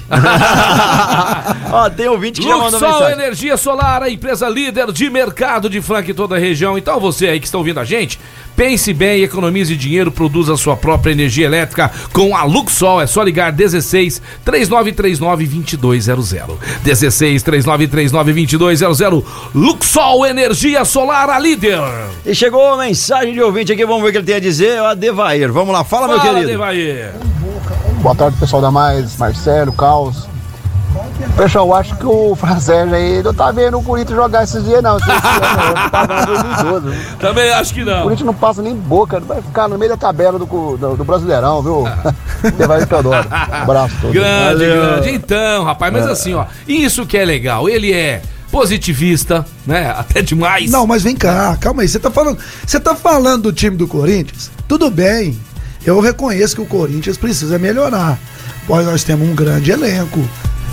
Speaker 1: Ó, tem ouvinte que já mandou
Speaker 2: Luxol
Speaker 1: mensagem.
Speaker 2: Energia Solar, a empresa líder de mercado de Franca em toda a região. Então você aí que está ouvindo a gente, pense bem, economize dinheiro, produza sua própria energia elétrica com a Luxol. É só ligar 16 3939 2200. 16 3939 2200. Luxol Energia Solar, a líder.
Speaker 1: E chegou uma mensagem de ouvinte aqui, vamos ver o que ele tem a dizer. É o Adevair. Vamos lá, fala, meu querido.
Speaker 2: Devair.
Speaker 4: Boa tarde, pessoal da Mais, Marcelo, Caos. Pessoal, eu acho que o Francérgio aí não tá vendo o Corinthians jogar esses dias, não. Esse ano, eu tava em 2012.
Speaker 2: Também acho que
Speaker 4: O
Speaker 2: não.
Speaker 4: Corinthians não passa nem boca, vai ficar no meio da tabela do, co- do, do Brasileirão, viu? *laughs* Levar o Teodoro. Abraço a todos.
Speaker 2: Grande,
Speaker 1: Valeu.
Speaker 2: grande. Então, rapaz, mas assim, ó, isso que é legal. Ele é positivista, né? Até demais.
Speaker 3: Não, mas vem cá, calma aí. Você tá falando, você tá falando do time do Corinthians? Tudo bem. Eu reconheço que o Corinthians precisa melhorar. Pois nós temos um grande elenco.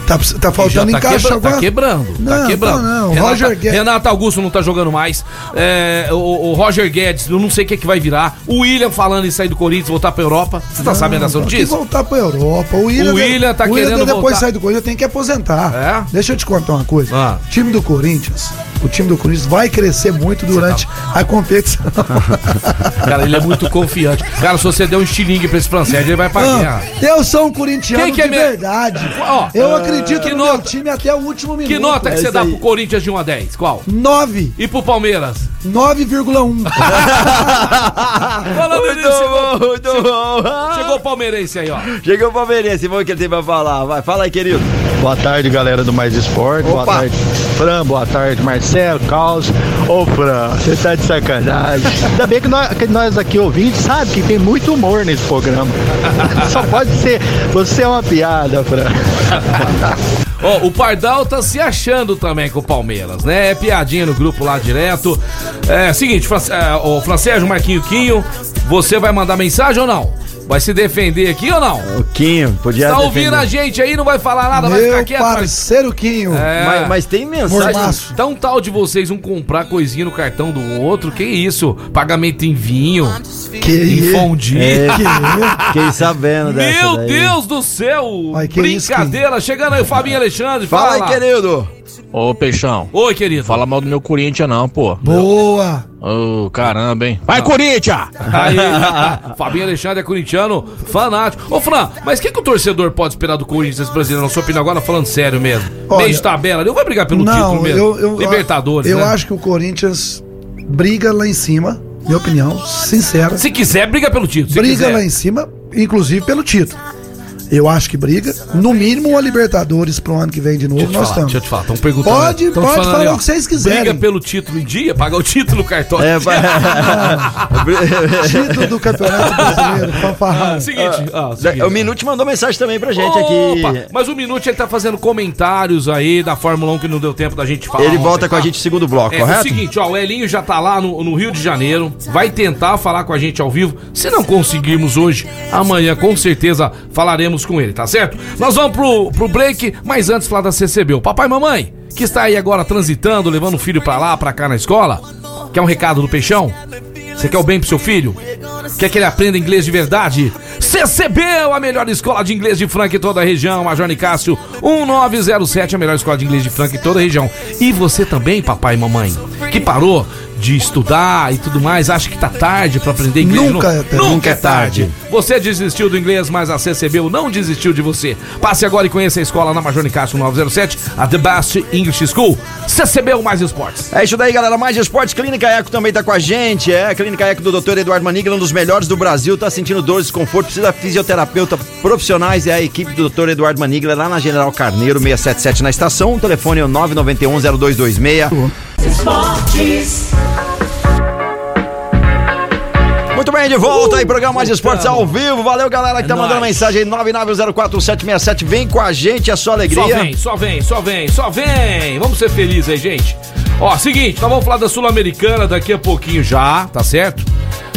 Speaker 3: Tá, precis- tá faltando
Speaker 2: Já tá
Speaker 3: encaixe
Speaker 2: quebra-
Speaker 3: agora.
Speaker 2: Tá quebrando,
Speaker 3: Não,
Speaker 2: tá quebrando.
Speaker 3: não, não.
Speaker 2: Renato,
Speaker 3: Roger Guedes.
Speaker 2: Renato Augusto não tá jogando mais. É, o, o Roger Guedes, eu não sei o que, é que vai virar. O William falando em sair do Corinthians, voltar pra Europa. Você tá sabendo dessa
Speaker 3: Tem que
Speaker 2: notícia?
Speaker 3: voltar pra Europa. O William,
Speaker 2: O William tá querendo
Speaker 3: depois
Speaker 2: voltar.
Speaker 3: sai do Corinthians, tem que aposentar.
Speaker 2: É?
Speaker 3: Deixa eu te contar uma coisa.
Speaker 2: Ah.
Speaker 3: O time do Corinthians, o time do Corinthians vai crescer muito
Speaker 2: tá
Speaker 3: durante a competição.
Speaker 2: Cara, ele é muito confiante. Cara, se você der um estilingue pra esse francês, ele vai pra guerra.
Speaker 3: Não, eu sou um corintiano
Speaker 2: Quem que é
Speaker 3: de
Speaker 2: meu-
Speaker 3: verdade.
Speaker 2: Ó,
Speaker 3: eu acredito
Speaker 2: que
Speaker 3: no meu
Speaker 2: nota-
Speaker 3: time até o último minuto.
Speaker 2: Que nota que
Speaker 3: É
Speaker 2: você
Speaker 3: isso
Speaker 2: dá
Speaker 3: aí.
Speaker 2: pro Corinthians de 1 a 10? Qual?
Speaker 3: 9,
Speaker 2: E pro Palmeiras? *laughs*
Speaker 3: 9,1.
Speaker 2: Falando
Speaker 1: Muito
Speaker 2: nisso,
Speaker 1: bom,
Speaker 2: chegou,
Speaker 1: muito bom.
Speaker 3: Ah.
Speaker 2: chegou o palmeirense aí, ó.
Speaker 1: Chegou o palmeirense, vamos ver o que ele tem pra falar. Vai, fala aí, querido.
Speaker 5: Boa tarde, galera do Mais Esporte. Boa
Speaker 1: Opa.
Speaker 5: tarde, Fran. Boa tarde, Marcelo, Carlos. Ô, Fran, você tá de sacanagem. Ainda bem que nós, que nós aqui ouvintes sabe que tem muito humor nesse programa. Só pode ser. Você é uma piada, Fran.
Speaker 2: Ó, o Pardal tá se achando também com o Palmeiras, né? É piadinha no grupo lá direto. É seguinte, Fran- é, o Francérgio Marquinho Quinho, você vai mandar mensagem ou não? Vai se defender aqui ou não?
Speaker 1: O Quinho, podia
Speaker 2: Tá ouvindo
Speaker 1: defender.
Speaker 2: a gente aí, não vai falar nada, vai ficar
Speaker 3: Meu
Speaker 2: quieto. mas-
Speaker 3: parceiro Quinho.
Speaker 2: É.
Speaker 1: Mas, mas tem mensagem.
Speaker 3: Mormaço.
Speaker 2: Tá um tal de vocês um comprar coisinha no cartão do outro, que isso? Pagamento em vinho,
Speaker 3: Que
Speaker 2: em
Speaker 3: isso?
Speaker 2: fondue.
Speaker 1: É,
Speaker 3: Que
Speaker 1: fiquei sabendo dessa
Speaker 2: Meu
Speaker 1: daí.
Speaker 2: Deus do céu!
Speaker 3: Ai, que é isso,
Speaker 2: Brincadeira! Chegando aí o Fabinho Alexandre, fala,
Speaker 1: Fala aí,
Speaker 2: lá.
Speaker 1: querido.
Speaker 6: Ô, Peixão,
Speaker 2: Oi, querido.
Speaker 6: fala mal do meu Corinthians não, pô.
Speaker 3: boa.
Speaker 6: Ô, caramba, hein. Vai, Corinthians!
Speaker 2: Aí, Fabinho Alexandre é corintiano, fanático. Ô, Fran, mas o que, que o torcedor pode esperar do Corinthians brasileiro? Na sua opinião, agora falando sério mesmo.
Speaker 3: Olha,
Speaker 2: Meio de tabela, ele não vai brigar pelo título mesmo.
Speaker 3: eu, eu,
Speaker 2: Libertadores,
Speaker 3: Eu
Speaker 2: né?
Speaker 3: acho que o Corinthians briga lá em cima, minha opinião, sincera.
Speaker 2: Se quiser, briga pelo título. se
Speaker 3: briga
Speaker 2: quiser.
Speaker 3: lá em cima, inclusive pelo título. Eu acho que briga. No mínimo, a Libertadores pro ano que vem de novo.
Speaker 2: Deixa eu te
Speaker 3: nós
Speaker 2: falar,
Speaker 3: estamos.
Speaker 2: deixa eu te falar, estão perguntando.
Speaker 3: Pode-
Speaker 2: tão
Speaker 3: pode
Speaker 2: falando
Speaker 3: falar
Speaker 2: ó,
Speaker 3: o que vocês quiserem.
Speaker 2: Briga pelo título em dia, paga o título, cartão.
Speaker 1: É,
Speaker 3: *laughs*
Speaker 1: vai. *laughs*
Speaker 3: Título
Speaker 2: *laughs*
Speaker 3: do Campeonato Brasileiro, fanfarrão.
Speaker 2: Seguinte, ah, seguinte.
Speaker 1: É, o Minute mandou mensagem também pra gente
Speaker 2: Opa,
Speaker 1: aqui.
Speaker 2: mas o Minuto ele tá fazendo comentários aí da Fórmula 1 que não deu tempo da gente falar.
Speaker 1: Ele
Speaker 2: ontem,
Speaker 1: volta com a
Speaker 2: tá?
Speaker 1: gente no segundo bloco,
Speaker 2: É, é o
Speaker 1: correto?
Speaker 2: seguinte, ó, o Elinho já tá lá no, no Rio de Janeiro, vai tentar falar com a gente ao vivo. Se não conseguirmos hoje, amanhã com certeza falaremos com ele, tá certo? Nós vamos pro, pro break, mas antes falar da CCB. O papai e mamãe, que está aí agora transitando, levando o filho pra lá, pra cá na escola, quer um recado do Peixão? Você quer o bem pro seu filho? Quer que ele aprenda inglês de verdade? CCB, é a melhor escola de inglês de Franca em toda a região. Major Cássio, 1907, a melhor escola de inglês de Franca em toda a região. E você também, papai e mamãe, que parou de estudar e tudo mais, acha que tá tarde pra aprender inglês?
Speaker 3: Nunca
Speaker 2: Não-
Speaker 3: é tarde.
Speaker 2: nunca é tarde. Você desistiu do inglês, mas a CCB não desistiu de você. Passe agora e conheça a escola na Major Cássio um 907, a The Best English School. CCB ou mais esportes.
Speaker 1: É isso daí, galera. Mais esportes. Clínica Eco também tá com a gente. É, a Clínica Eco do Dr. Eduardo Manigla, um dos melhores do Brasil. Tá sentindo dor, desconforto, precisa de fisioterapeuta profissionais. É a equipe do Dr. Eduardo Manigla, lá na General Carneiro, 677 na estação. O telefone é o 991-0226.
Speaker 7: esportes,
Speaker 1: Muito bem, de volta aí, programa Mais Esportes ao vivo. Valeu, galera que tá mandando
Speaker 2: É nóis.
Speaker 1: mensagem 9904767. Vem com a gente, é só alegria.
Speaker 2: Só vem, só vem, só vem, só vem. Vamos ser felizes aí, gente. Ó, seguinte, nós vamos falar da Sul-Americana daqui a pouquinho já, tá certo?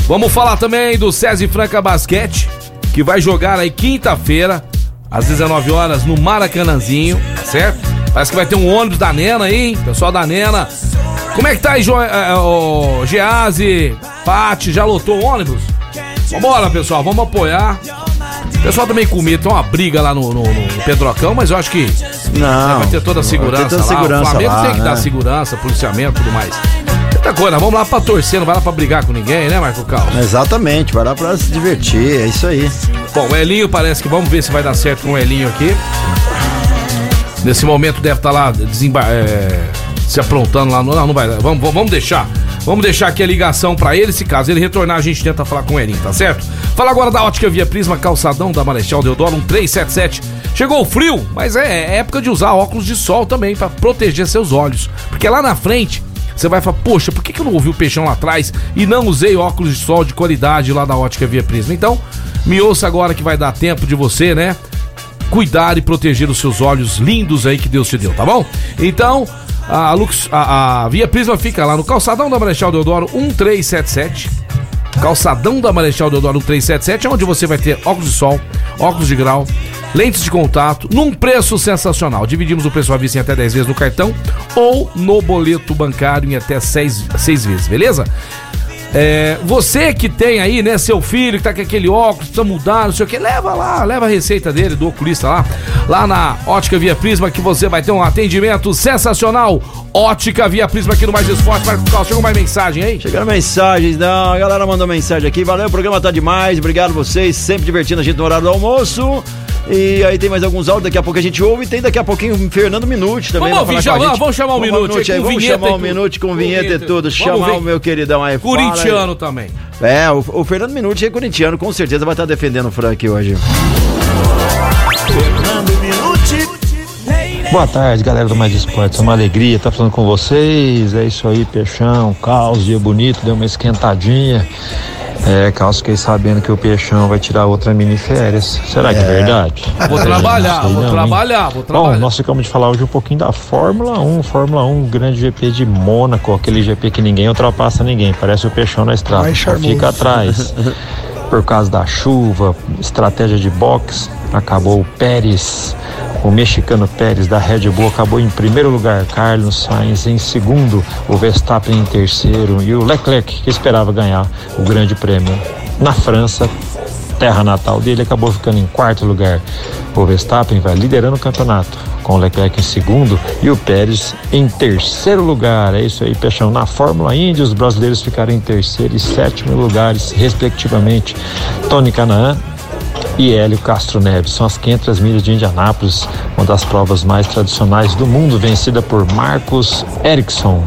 Speaker 2: Vamos falar também do SESI Franca Basquete, que vai jogar aí quinta-feira, às 19 horas, no Maracanãzinho, tá certo? Parece que vai ter um ônibus da Nena aí, hein? Pessoal da Nena. Como é que tá aí, jo... eh, ô, Geazi, Pati, já lotou o ônibus? Vambora, pessoal, vamos apoiar. O pessoal também com medo, tem uma briga lá no, no, no Pedrocão, mas eu acho que
Speaker 6: Não.
Speaker 2: Vai ter toda a segurança.
Speaker 1: ter toda a
Speaker 2: lá.
Speaker 1: segurança
Speaker 2: o Flamengo
Speaker 1: lá,
Speaker 2: tem que
Speaker 1: né?
Speaker 2: dar segurança, policiamento e tudo mais. Outra coisa, vamos lá pra torcer, não vai lá pra brigar com ninguém, né, Marco Cal?
Speaker 8: Exatamente, vai lá pra se divertir, é isso aí.
Speaker 2: Bom, o Elinho parece que vamos ver se vai dar certo com o Elinho aqui. Nesse momento deve estar lá desemba- é, se aprontando lá. no- Não, não vai. Vamos, vamos- vamos deixar. Vamos deixar aqui a ligação pra ele, se caso ele retornar, a gente tenta falar com o Elinho, tá certo? Fala agora da ótica Via Prisma, calçadão da Marechal Deodoro, um 377. Chegou o frio, mas é, é época de usar óculos de sol também pra proteger seus olhos. Porque lá na frente você vai falar, poxa, por que, que eu não ouvi o peixão lá atrás e não usei óculos de sol de qualidade lá da ótica Via Prisma? Então, me ouça agora que vai dar tempo de você, né? Cuidar e proteger os seus olhos lindos aí que Deus te deu, tá bom? Então, a, Lux, a, a Via Prisma fica lá no calçadão da Marechal Deodoro 1377. Calçadão da Marechal Deodoro 377 é onde você vai ter óculos de sol, óculos de grau, lentes de contato, num preço sensacional. Dividimos o preço à vista em até 10 vezes no cartão ou no boleto bancário em até 6, vezes, beleza? É, você que tem aí, né, seu filho que tá com aquele óculos, precisa mudar, não sei o que, leva lá, leva a receita dele, do oculista lá, lá na Ótica Via Prisma, que você vai ter um atendimento sensacional. Ótica Via Prisma aqui no Mais Esporte, Marco Cal, chegou mais mensagem aí?
Speaker 1: Chegaram mensagens, não. A galera mandou mensagem aqui. Valeu, o programa tá demais. Obrigado vocês. Sempre divertindo a gente no horário do almoço. E aí tem mais alguns áudios, daqui a pouco a gente ouve. E tem daqui a pouquinho o Fernando Minuti também.
Speaker 2: Vamos
Speaker 1: vai falar com
Speaker 2: ouvir, já
Speaker 1: a
Speaker 2: vamos-
Speaker 1: gente.
Speaker 2: vamos chamar o
Speaker 1: Vamos
Speaker 2: Minuti
Speaker 1: aí,
Speaker 2: com
Speaker 1: Vamos
Speaker 2: vinheta
Speaker 1: chamar
Speaker 2: e
Speaker 1: o
Speaker 2: tudo.
Speaker 1: Minuti com
Speaker 2: Com
Speaker 1: vinheta e
Speaker 2: vinheta.
Speaker 1: tudo.
Speaker 2: Vamos
Speaker 1: Chamar
Speaker 2: ver.
Speaker 1: o meu queridão aí. Fala aí.
Speaker 2: Corintiano também.
Speaker 1: É, o, o Fernando Minuti é corintiano, com certeza vai estar defendendo o Frank hoje.
Speaker 5: Boa tarde, galera do Mais Esportes. É uma alegria estar falando com vocês. É isso aí, Peixão. Caos, dia bonito, deu uma esquentadinha. É, Caos, fiquei sabendo que o Peixão vai tirar outra mini férias. Será que é verdade?
Speaker 2: Vou
Speaker 5: É,
Speaker 2: trabalhar,
Speaker 5: não sei
Speaker 2: vou
Speaker 5: não, hein?
Speaker 2: trabalhar, vou
Speaker 5: Bom,
Speaker 2: trabalhar.
Speaker 5: nós ficamos de falar hoje um pouquinho da Fórmula 1. Fórmula 1, grande GP de Mônaco, aquele GP que ninguém ultrapassa ninguém. Parece o Peixão na estrada.
Speaker 3: Mais
Speaker 5: Só
Speaker 3: charmoso.
Speaker 5: fica
Speaker 3: *laughs*
Speaker 5: atrás. Por causa da chuva, estratégia de box, acabou o Pérez. O mexicano Pérez da Red Bull acabou em primeiro lugar, Carlos Sainz em segundo, o Verstappen em terceiro e o Leclerc, que esperava ganhar o grande prêmio na França, terra natal dele, acabou ficando em quarto lugar. O Verstappen vai liderando o campeonato, com o Leclerc em segundo e o Pérez em terceiro lugar. É isso aí, Peixão. Na Fórmula Indy, os brasileiros ficaram em terceiro e sétimo lugares, respectivamente. Tony Canaan e Hélio Castro Neves. São as 500 milhas de Indianápolis, uma das provas mais tradicionais do mundo, vencida por Marcos Ericsson.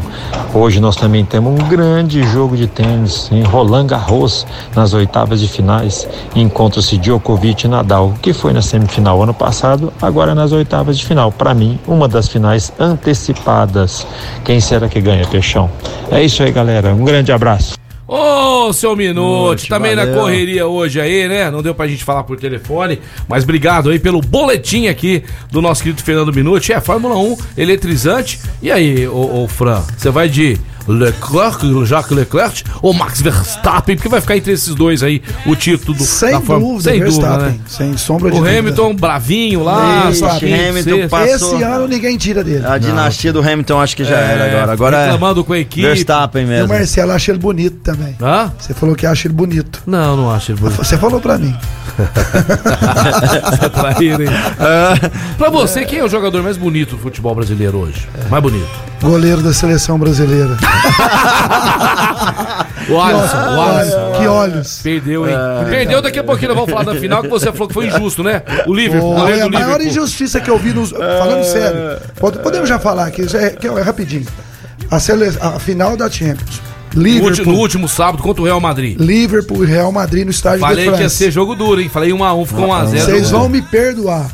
Speaker 5: Hoje nós também temos um grande jogo de tênis em Roland Garros, nas oitavas de finais. Encontram-se Djokovic e Nadal, que foi na semifinal ano passado, agora nas oitavas de final. Para mim, uma das finais antecipadas. Quem será que ganha, Peixão? É isso aí, galera. Um grande abraço.
Speaker 2: Ô, seu Minuti,
Speaker 1: Minuti,
Speaker 2: também na
Speaker 1: valeu.
Speaker 2: correria hoje aí, né? Não deu pra gente falar por telefone, mas obrigado aí pelo boletim aqui do nosso querido Fernando Minuti. É, Fórmula 1, eletrizante. E aí, ô, ô, Fran, você vai de Leclerc, Jacques Leclerc ou Max Verstappen? Porque vai ficar entre esses dois aí o título do,
Speaker 3: Sem
Speaker 2: da Fórmula
Speaker 3: dúvida,
Speaker 2: Sem dúvida,
Speaker 3: Verstappen.
Speaker 2: né?
Speaker 3: Sem sombra de
Speaker 2: O
Speaker 3: dúvida.
Speaker 2: Hamilton né? bravinho lá,
Speaker 1: Ixi,
Speaker 2: quinto,
Speaker 1: Hamilton
Speaker 2: sexto.
Speaker 1: pa- passou.
Speaker 3: Esse ano ninguém tira dele.
Speaker 2: Ah,
Speaker 1: A dinastia do Hamilton acho que já era agora. Agora é
Speaker 2: reclamando com a equipe.
Speaker 1: Verstappen
Speaker 3: E o
Speaker 2: é,
Speaker 1: mesmo.
Speaker 2: né?
Speaker 3: Marcelo acha ele bonito também.
Speaker 2: Hã?
Speaker 3: Você falou que acha ele bonito.
Speaker 2: Não, não acho ele bonito.
Speaker 3: Você falou pra mim. *laughs*
Speaker 2: Tá traíra, hein? Ah. Pra você, quem é o jogador mais bonito do futebol brasileiro hoje? Mais bonito.
Speaker 3: Goleiro da seleção brasileira.
Speaker 2: O Alisson, o Alisson.
Speaker 3: Que olhos.
Speaker 2: Perdeu, hein?
Speaker 3: Ah.
Speaker 2: Perdeu daqui a pouquinho, nós vamos falar da final que você falou que foi injusto, né? O Liverpool, o
Speaker 3: Pô,
Speaker 2: goleiro
Speaker 3: é
Speaker 2: do
Speaker 3: a maior
Speaker 2: Liverpool. Ah.
Speaker 3: injustiça que eu vi nos. Falando sério. pode- Podemos já falar aqui, já é, que é rapidinho. A, sele- a final da Champions.
Speaker 2: No último, no
Speaker 3: Liverpool,
Speaker 2: último sábado contra o Real Madrid.
Speaker 3: Liverpool e Real Madrid no estádio
Speaker 2: Falei
Speaker 3: de
Speaker 2: que ia
Speaker 3: France.
Speaker 2: ser jogo duro, hein? Falei 1x1, ficou 1x0.
Speaker 3: Vocês vão me perdoar.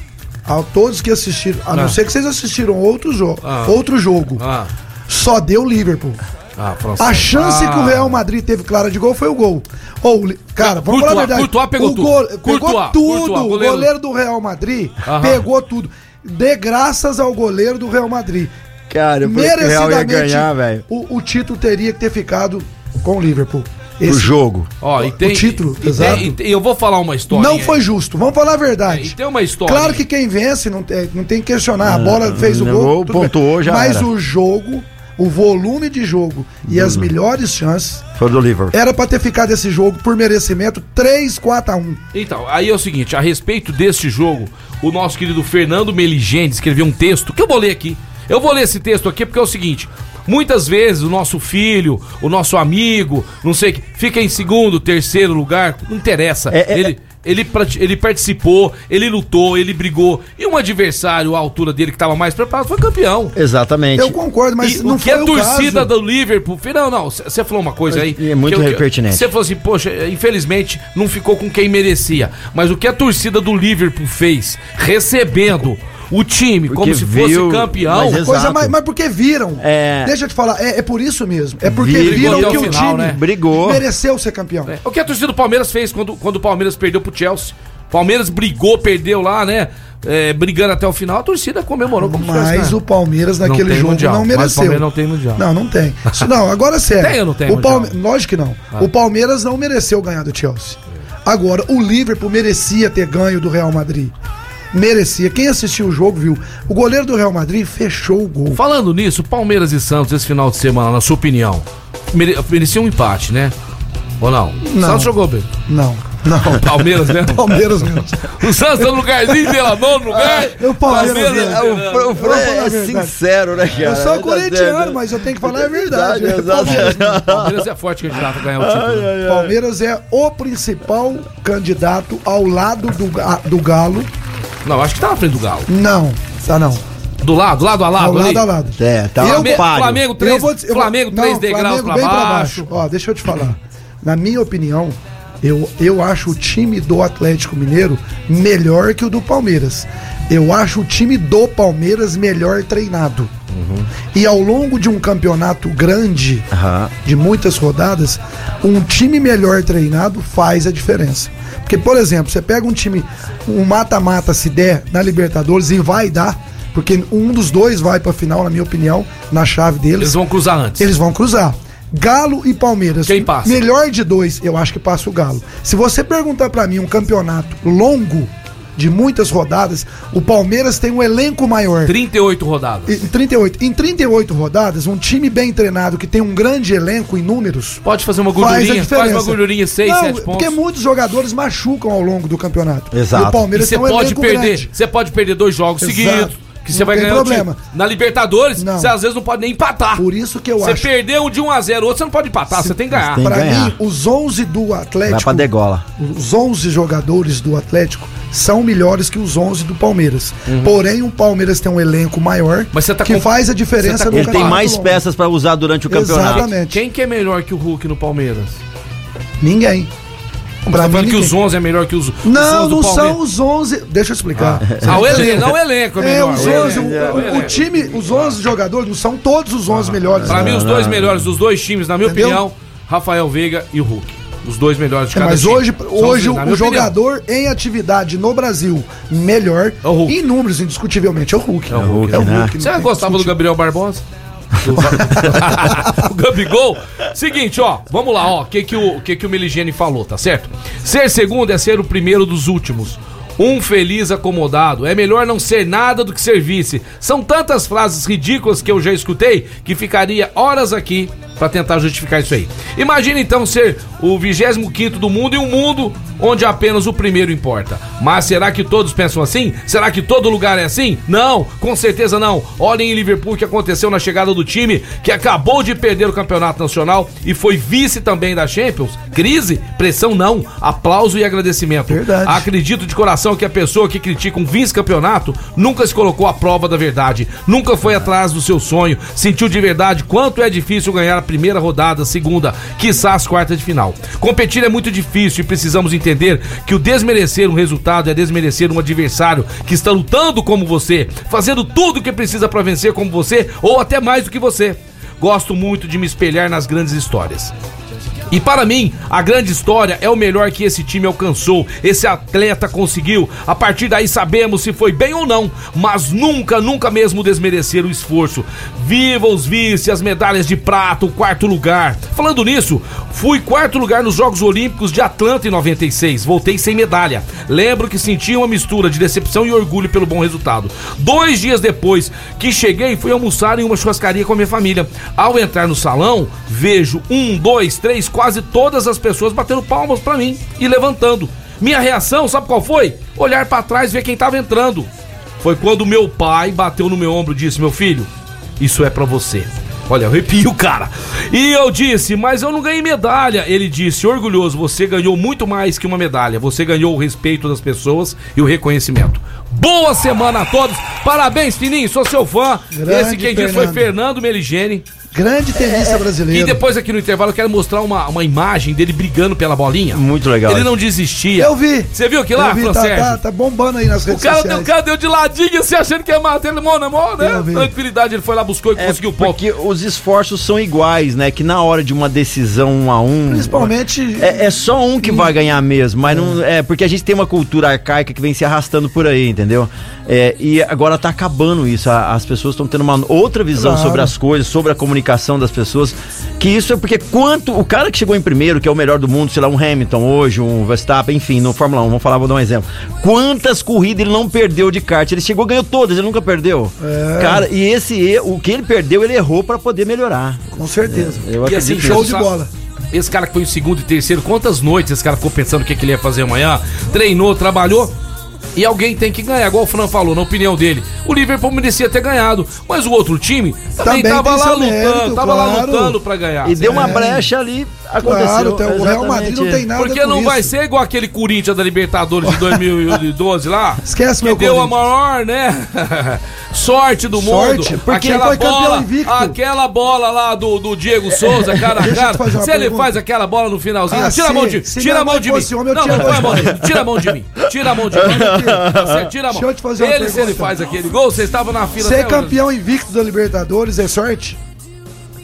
Speaker 3: A todos que assistiram, a não,
Speaker 2: Ah.
Speaker 3: ser que vocês assistiram outro jogo, outro jogo,
Speaker 2: Ah,
Speaker 3: só deu Liverpool.
Speaker 2: ah, França.
Speaker 3: A chance
Speaker 2: ah.
Speaker 3: que o Real Madrid teve clara de gol foi o gol. Ou, li- cara, vamos falar a
Speaker 2: Courtois,
Speaker 3: verdade.
Speaker 2: Courtois pegou
Speaker 3: o
Speaker 2: tudo.
Speaker 3: gol-
Speaker 2: Courtois,
Speaker 3: pegou
Speaker 2: Courtois,
Speaker 3: tudo. o
Speaker 2: goleiro.
Speaker 3: goleiro do Real Madrid
Speaker 2: Aham.
Speaker 3: pegou tudo. De graças ao goleiro do Real Madrid.
Speaker 1: Cara, eu falei que o Real ia
Speaker 3: Merecidamente,
Speaker 1: ganhar, velho.
Speaker 3: o, o título teria que ter ficado com o Liverpool.
Speaker 1: O
Speaker 3: Esse
Speaker 1: jogo.
Speaker 2: Ó, e tem,
Speaker 3: o título,
Speaker 2: e tem-
Speaker 3: exato.
Speaker 2: e tem- eu vou falar uma história.
Speaker 3: não foi justo. Vamos falar a verdade.
Speaker 2: É, E tem uma história.
Speaker 3: Claro
Speaker 2: Ah,
Speaker 3: que quem vence não tem, não tem que questionar. A bola fez o
Speaker 1: não,
Speaker 3: gol.
Speaker 1: gol,
Speaker 3: tudo
Speaker 1: pontuou, já
Speaker 3: Mas
Speaker 1: era.
Speaker 3: o jogo, o volume de jogo e
Speaker 2: Uhum.
Speaker 3: as melhores chances.
Speaker 8: Foi do Liverpool.
Speaker 3: Era pra ter ficado esse jogo por merecimento 3, 4 a 1.
Speaker 2: Então, aí é o seguinte, a respeito deste jogo, o nosso querido Fernando Meligende escreveu um texto que eu vou ler aqui. Eu vou ler esse texto aqui porque é o seguinte, muitas vezes o nosso filho, o nosso amigo, não sei o que, fica em segundo, terceiro lugar, não interessa.
Speaker 8: É, é,
Speaker 2: ele, ele, prati- ele participou, ele lutou, ele brigou. E um adversário à altura dele que estava mais preparado foi campeão.
Speaker 8: Exatamente.
Speaker 3: Eu concordo, mas
Speaker 2: E
Speaker 3: não
Speaker 2: o que
Speaker 3: foi
Speaker 2: a
Speaker 3: o
Speaker 2: torcida
Speaker 3: caso.
Speaker 2: do Liverpool. Não, não, você falou uma coisa aí.
Speaker 8: E é muito
Speaker 2: que eu- que eu-
Speaker 8: pertinente.
Speaker 2: Você falou assim, poxa, infelizmente não ficou com quem merecia. Mas o que a torcida do Liverpool fez recebendo o time como se
Speaker 8: viu-
Speaker 2: fosse campeão.
Speaker 8: mas ex-
Speaker 3: Coisa
Speaker 8: Exato.
Speaker 3: mais, mas porque viram.
Speaker 8: É.
Speaker 3: Deixa eu te falar, é, é por isso mesmo. É porque
Speaker 8: Viram
Speaker 3: viram
Speaker 2: até o
Speaker 3: que o
Speaker 2: final,
Speaker 3: time
Speaker 2: né?
Speaker 8: Brigou.
Speaker 3: mereceu ser campeão.
Speaker 2: É, O que a torcida do Palmeiras fez quando, quando o Palmeiras perdeu pro Chelsea. O Palmeiras brigou, perdeu lá, né? É, brigando até o final, a torcida comemorou como se fosse,
Speaker 3: Mas
Speaker 2: né?
Speaker 3: o Palmeiras
Speaker 2: Não
Speaker 3: naquele
Speaker 2: tem
Speaker 3: jogo
Speaker 2: mundial,
Speaker 3: não
Speaker 2: mas o
Speaker 3: mereceu.
Speaker 2: Palmeiras não tem mundial.
Speaker 3: Não, não tem. Isso, não, agora é sério.
Speaker 2: Tem ou não tem Ah.
Speaker 3: O
Speaker 2: mundial?
Speaker 3: Palme... Lógico que não. O Palmeiras não mereceu ganhar do Chelsea. Agora, o Liverpool merecia ter ganho do Real Madrid. Merecia. Quem assistiu o jogo viu. O goleiro do Real Madrid fechou o gol.
Speaker 2: Falando nisso, Palmeiras e Santos esse final de semana, na sua opinião, mere- merecia um empate, né? Ou não? O
Speaker 3: Não.
Speaker 2: Santos jogou bem.
Speaker 3: Não, não.
Speaker 2: Palmeiras,
Speaker 3: *laughs*
Speaker 2: né? *laughs*
Speaker 3: Palmeiras menos.
Speaker 2: O Santos tá no lugarzinho dela, nono lugar.
Speaker 3: É, Eu Palmeiras, né?
Speaker 8: É, o Fran- o Fran
Speaker 3: Vamos falar a
Speaker 8: é
Speaker 3: verdade.
Speaker 8: sincero, né, cara?
Speaker 3: Eu sou
Speaker 8: Tá
Speaker 3: corintiano,
Speaker 8: certo.
Speaker 3: mas eu tenho que falar a verdade.
Speaker 8: Verdade, exato.
Speaker 3: Palmeiras,
Speaker 2: O Palmeiras é forte candidato a ganhar o título. né?
Speaker 3: Palmeiras é o principal candidato ao lado do, Ga- do Galo.
Speaker 2: Não, acho que tá na frente do Galo.
Speaker 3: Não, tá não.
Speaker 2: Do lado, lado a lado.
Speaker 3: Ao
Speaker 2: ali.
Speaker 3: lado a lado.
Speaker 8: É, tá
Speaker 3: Eu-
Speaker 8: um
Speaker 2: Flamengo,
Speaker 8: páreo.
Speaker 2: Flamengo 3,
Speaker 3: vou te- vou-
Speaker 2: Flamengo
Speaker 3: não,
Speaker 2: três degraus
Speaker 3: Flamengo
Speaker 2: pra
Speaker 3: bem pra
Speaker 2: baixo.
Speaker 3: Ó, deixa eu te falar. Na minha opinião, eu, eu acho o time do Atlético Mineiro melhor que o do Palmeiras. Eu acho o time do Palmeiras melhor treinado. E ao longo de um campeonato grande, de muitas rodadas, um time melhor treinado faz a diferença. Porque, por exemplo, você pega um time, um mata-mata se der na Libertadores e vai dar, porque um dos dois vai pra final, na minha opinião, na chave
Speaker 2: Eles
Speaker 3: deles.
Speaker 2: vão cruzar antes.
Speaker 3: Eles vão cruzar. Galo e Palmeiras.
Speaker 2: Quem passa?
Speaker 3: Melhor de dois, eu acho que passa o Galo. Se você perguntar pra mim um campeonato longo, de muitas rodadas, o Palmeiras tem um elenco maior.
Speaker 2: 38 rodadas.
Speaker 3: Em 38. Em 38 rodadas, um time bem treinado que tem um grande elenco em números.
Speaker 2: Pode fazer uma
Speaker 3: Faz, a
Speaker 2: gordurinha,
Speaker 3: diferença.
Speaker 2: faz uma gordurinha 6,
Speaker 3: Não,
Speaker 2: 7 pontos.
Speaker 3: Porque é muitos jogadores machucam ao longo do campeonato.
Speaker 8: Exato.
Speaker 3: E o
Speaker 2: E
Speaker 3: Palmeiras
Speaker 2: você
Speaker 3: tem um
Speaker 2: pode
Speaker 3: elenco
Speaker 2: perder.
Speaker 3: grande.
Speaker 2: Você pode perder dois jogos
Speaker 3: Exato.
Speaker 2: seguidos. Que você
Speaker 3: Não
Speaker 2: vai
Speaker 3: tem
Speaker 2: ganhar o
Speaker 3: problema.
Speaker 2: título. Na Libertadores,
Speaker 3: Não.
Speaker 2: você às vezes não pode nem empatar.
Speaker 3: Por isso que eu
Speaker 2: Você
Speaker 3: acho.
Speaker 2: perdeu um de 1 a 0 outro você não pode empatar, você tem que ganhar.
Speaker 8: tem-
Speaker 3: Pra
Speaker 8: ganhar.
Speaker 3: mim, os 11 do
Speaker 8: Vai pra
Speaker 3: Atlético
Speaker 8: degola.
Speaker 3: os 11 jogadores do Atlético são melhores que os 11 do Palmeiras. Porém, o Palmeiras tem um elenco maior
Speaker 2: Uhum. Mas você tá
Speaker 3: que
Speaker 2: com-
Speaker 3: faz a
Speaker 2: você tá
Speaker 3: diferença
Speaker 2: com-
Speaker 3: no
Speaker 8: Ele tem
Speaker 3: campeonato
Speaker 8: mais
Speaker 3: longo.
Speaker 8: peças pra usar durante o campeonato.
Speaker 3: Exatamente.
Speaker 2: Quem que é melhor que o Hulk no Palmeiras?
Speaker 3: Ninguém. Pra
Speaker 2: Tá
Speaker 3: mim,
Speaker 2: falando que
Speaker 3: ninguém.
Speaker 2: os 11 é melhor que os, os 11
Speaker 3: Não,
Speaker 2: do
Speaker 3: não
Speaker 2: Palmeiras.
Speaker 3: são os 11. Deixa eu explicar.
Speaker 2: Ah, o elenco, não o elenco é
Speaker 3: É,
Speaker 2: melhor. é.
Speaker 3: os
Speaker 2: o
Speaker 3: 11, o,
Speaker 2: elenco.
Speaker 3: o- o time, os 11 jogadores não são todos os 11 melhores.
Speaker 2: Ah,
Speaker 3: né? É,
Speaker 2: Pra mim, os dois melhores dos dois times, na minha
Speaker 3: Entendeu?
Speaker 2: opinião, Rafael Veiga e o Hulk. Os dois melhores de
Speaker 3: É,
Speaker 2: cada
Speaker 3: mas
Speaker 2: time.
Speaker 3: hoje,
Speaker 2: assim, São os-
Speaker 3: hoje
Speaker 2: na minha
Speaker 3: o
Speaker 2: opinião.
Speaker 3: jogador em atividade no Brasil melhor,
Speaker 2: É o Hulk.
Speaker 3: em números, indiscutivelmente, é o Hulk. É o
Speaker 8: Hulk, né?
Speaker 3: não
Speaker 2: Você
Speaker 3: tem
Speaker 2: gostava do Gabriel
Speaker 3: *laughs*
Speaker 2: Barbosa? o Gabigol? Seguinte, ó, vamos lá, ó, o que que o que que o Meligene falou, tá certo? Ser segundo é ser o primeiro dos últimos. Um feliz acomodado. É melhor não ser nada do que ser vice. São tantas frases ridículas que eu já escutei que ficaria horas aqui pra tentar justificar isso aí. Imagina então ser o 25 do mundo e um mundo onde apenas o primeiro importa. Mas será que todos pensam assim? Será que todo lugar é assim? Não, com certeza não. Olhem em Liverpool o que aconteceu na chegada do time que acabou de perder o campeonato nacional e foi vice também da Champions. Crise, pressão não, aplauso e agradecimento.
Speaker 3: Verdade.
Speaker 2: A Acredito de coração que a pessoa que critica um vice-campeonato nunca se colocou à prova da verdade, nunca foi atrás do seu sonho, sentiu de verdade quanto é difícil ganhar a primeira rodada, a segunda, quiçá as quartas de final. Competir é muito difícil e precisamos entender que o desmerecer um resultado é desmerecer um adversário que está lutando como você, fazendo tudo o que precisa para vencer como você ou até mais do que você. Gosto muito de me espelhar nas grandes histórias. E para mim, a grande história é o melhor que esse time alcançou, esse atleta conseguiu. A partir daí sabemos se foi bem ou não, mas nunca, nunca mesmo desmerecer o esforço. Viva os vice, as medalhas de prata, o quarto lugar. Falando nisso, fui quarto lugar nos Jogos Olímpicos de Atlanta em 96, voltei sem medalha. Lembro que senti uma mistura de decepção e orgulho pelo bom resultado. Dois dias depois que cheguei, fui almoçar em uma churrascaria com a minha família. Ao entrar no salão, vejo um, dois, três, quase todas as pessoas batendo palmas pra mim e levantando. Minha reação, sabe qual foi? Olhar pra trás e ver quem tava entrando. Foi quando meu pai bateu no meu ombro e disse: Meu filho, isso é pra você. Olha, eu arrepio, cara. E eu disse, mas eu não ganhei medalha. Ele disse, orgulhoso, você ganhou muito mais que uma medalha. Você ganhou o respeito das pessoas e o reconhecimento. Boa semana a todos. Parabéns, Fininho, sou seu fã.
Speaker 3: Grande
Speaker 2: Esse quem disse foi
Speaker 3: Fernando.
Speaker 2: Fernando Meligeni. É,
Speaker 3: Grande tenista brasileiro.
Speaker 2: E depois aqui no intervalo eu quero mostrar uma, uma imagem dele brigando pela bolinha.
Speaker 1: Muito legal.
Speaker 2: Ele não desistia.
Speaker 3: Eu vi.
Speaker 2: Você viu que lá,
Speaker 3: Eu vi,
Speaker 2: Fran
Speaker 3: tá,
Speaker 2: Sérgio?
Speaker 3: tá, tá bombando aí nas
Speaker 2: O
Speaker 3: redes
Speaker 2: cara, deu, o
Speaker 3: sociais.
Speaker 2: cara deu de ladinho, se achando que ia matar ele, mano, mano,
Speaker 3: Eu
Speaker 2: né?
Speaker 3: vi.
Speaker 2: Tranquilidade, ele foi lá, buscou e conseguiu um o ponto.
Speaker 1: É, Porque os esforços são iguais, né? Que na hora de uma decisão um a um.
Speaker 3: Principalmente.
Speaker 1: É, é só um que vai ganhar mesmo, mas não. É porque a gente tem uma cultura arcaica que vem se arrastando por aí, entendeu? É, e agora tá acabando isso. a- as pessoas estão tendo uma outra visão
Speaker 3: Claro.
Speaker 1: sobre as coisas, sobre a comunicação das pessoas. Que isso é porque quanto. O cara que chegou em primeiro, que é o melhor do mundo, sei lá, um Hamilton hoje, um Verstappen, enfim, no Fórmula 1, vamos falar, vou dar um exemplo. Quantas corridas ele não perdeu de kart? Ele chegou, ganhou todas, ele nunca perdeu.
Speaker 3: É.
Speaker 1: Cara, e esse e- o que ele perdeu, ele errou pra poder melhorar.
Speaker 3: Com certeza.
Speaker 1: Eu
Speaker 2: E assim,
Speaker 1: acredito
Speaker 2: show
Speaker 1: nisso.
Speaker 2: de
Speaker 3: Show de
Speaker 2: bola.
Speaker 3: bola.
Speaker 2: Esse cara que foi o segundo e terceiro, quantas noites esse cara ficou pensando o que, que ele ia fazer amanhã? Treinou, trabalhou. E alguém tem que ganhar, igual o Fran falou, na opinião dele. O Liverpool merecia ter ganhado, mas o outro time também,
Speaker 3: Também tem
Speaker 2: tava lá
Speaker 3: seu
Speaker 2: lutando,
Speaker 3: mérito,
Speaker 2: tava lá
Speaker 3: claro.
Speaker 2: lutando pra ganhar.
Speaker 1: E deu uma
Speaker 3: É.
Speaker 1: brecha ali,
Speaker 3: Claro,
Speaker 1: aconteceu.
Speaker 3: tem- o Real Madrid não
Speaker 1: exatamente,
Speaker 3: tem nada
Speaker 2: Porque
Speaker 3: com
Speaker 2: não
Speaker 3: isso.
Speaker 2: vai ser igual aquele Corinthians da Libertadores de 2012 lá.
Speaker 3: *laughs* Esquece
Speaker 2: que
Speaker 3: meu
Speaker 2: deu a
Speaker 3: Corinthians.
Speaker 2: maior, né? *laughs* Sorte do mundo.
Speaker 3: Sorte, porque
Speaker 2: aquela
Speaker 3: ele foi campeão
Speaker 2: bola,
Speaker 3: invicto. É,
Speaker 2: Aquela bola lá do, do Diego Souza, cara a
Speaker 3: Deixa eu
Speaker 2: cara.
Speaker 3: te fazer uma
Speaker 2: Se ele
Speaker 3: pergunta.
Speaker 2: faz aquela bola no finalzinho,
Speaker 3: Ah,
Speaker 2: tira a
Speaker 3: sim.
Speaker 2: mão de, tira
Speaker 3: Se
Speaker 2: a
Speaker 3: minha
Speaker 2: mão
Speaker 3: mãe
Speaker 2: de mim.
Speaker 3: fosse homem, eu
Speaker 2: não, não
Speaker 3: tirava
Speaker 2: põe a
Speaker 3: a
Speaker 2: mão
Speaker 3: mão.
Speaker 2: de mim. Tira a mão de mim. Tira a mão de
Speaker 3: *laughs*
Speaker 2: mim. Você tira a mão.
Speaker 3: Deixa eu te fazer uma
Speaker 2: ele, se ele
Speaker 3: pergunta. é
Speaker 2: faz aquele gol, vocês estavam na fila
Speaker 3: Ser
Speaker 2: até hoje.
Speaker 3: campeão invicto da Libertadores é sorte?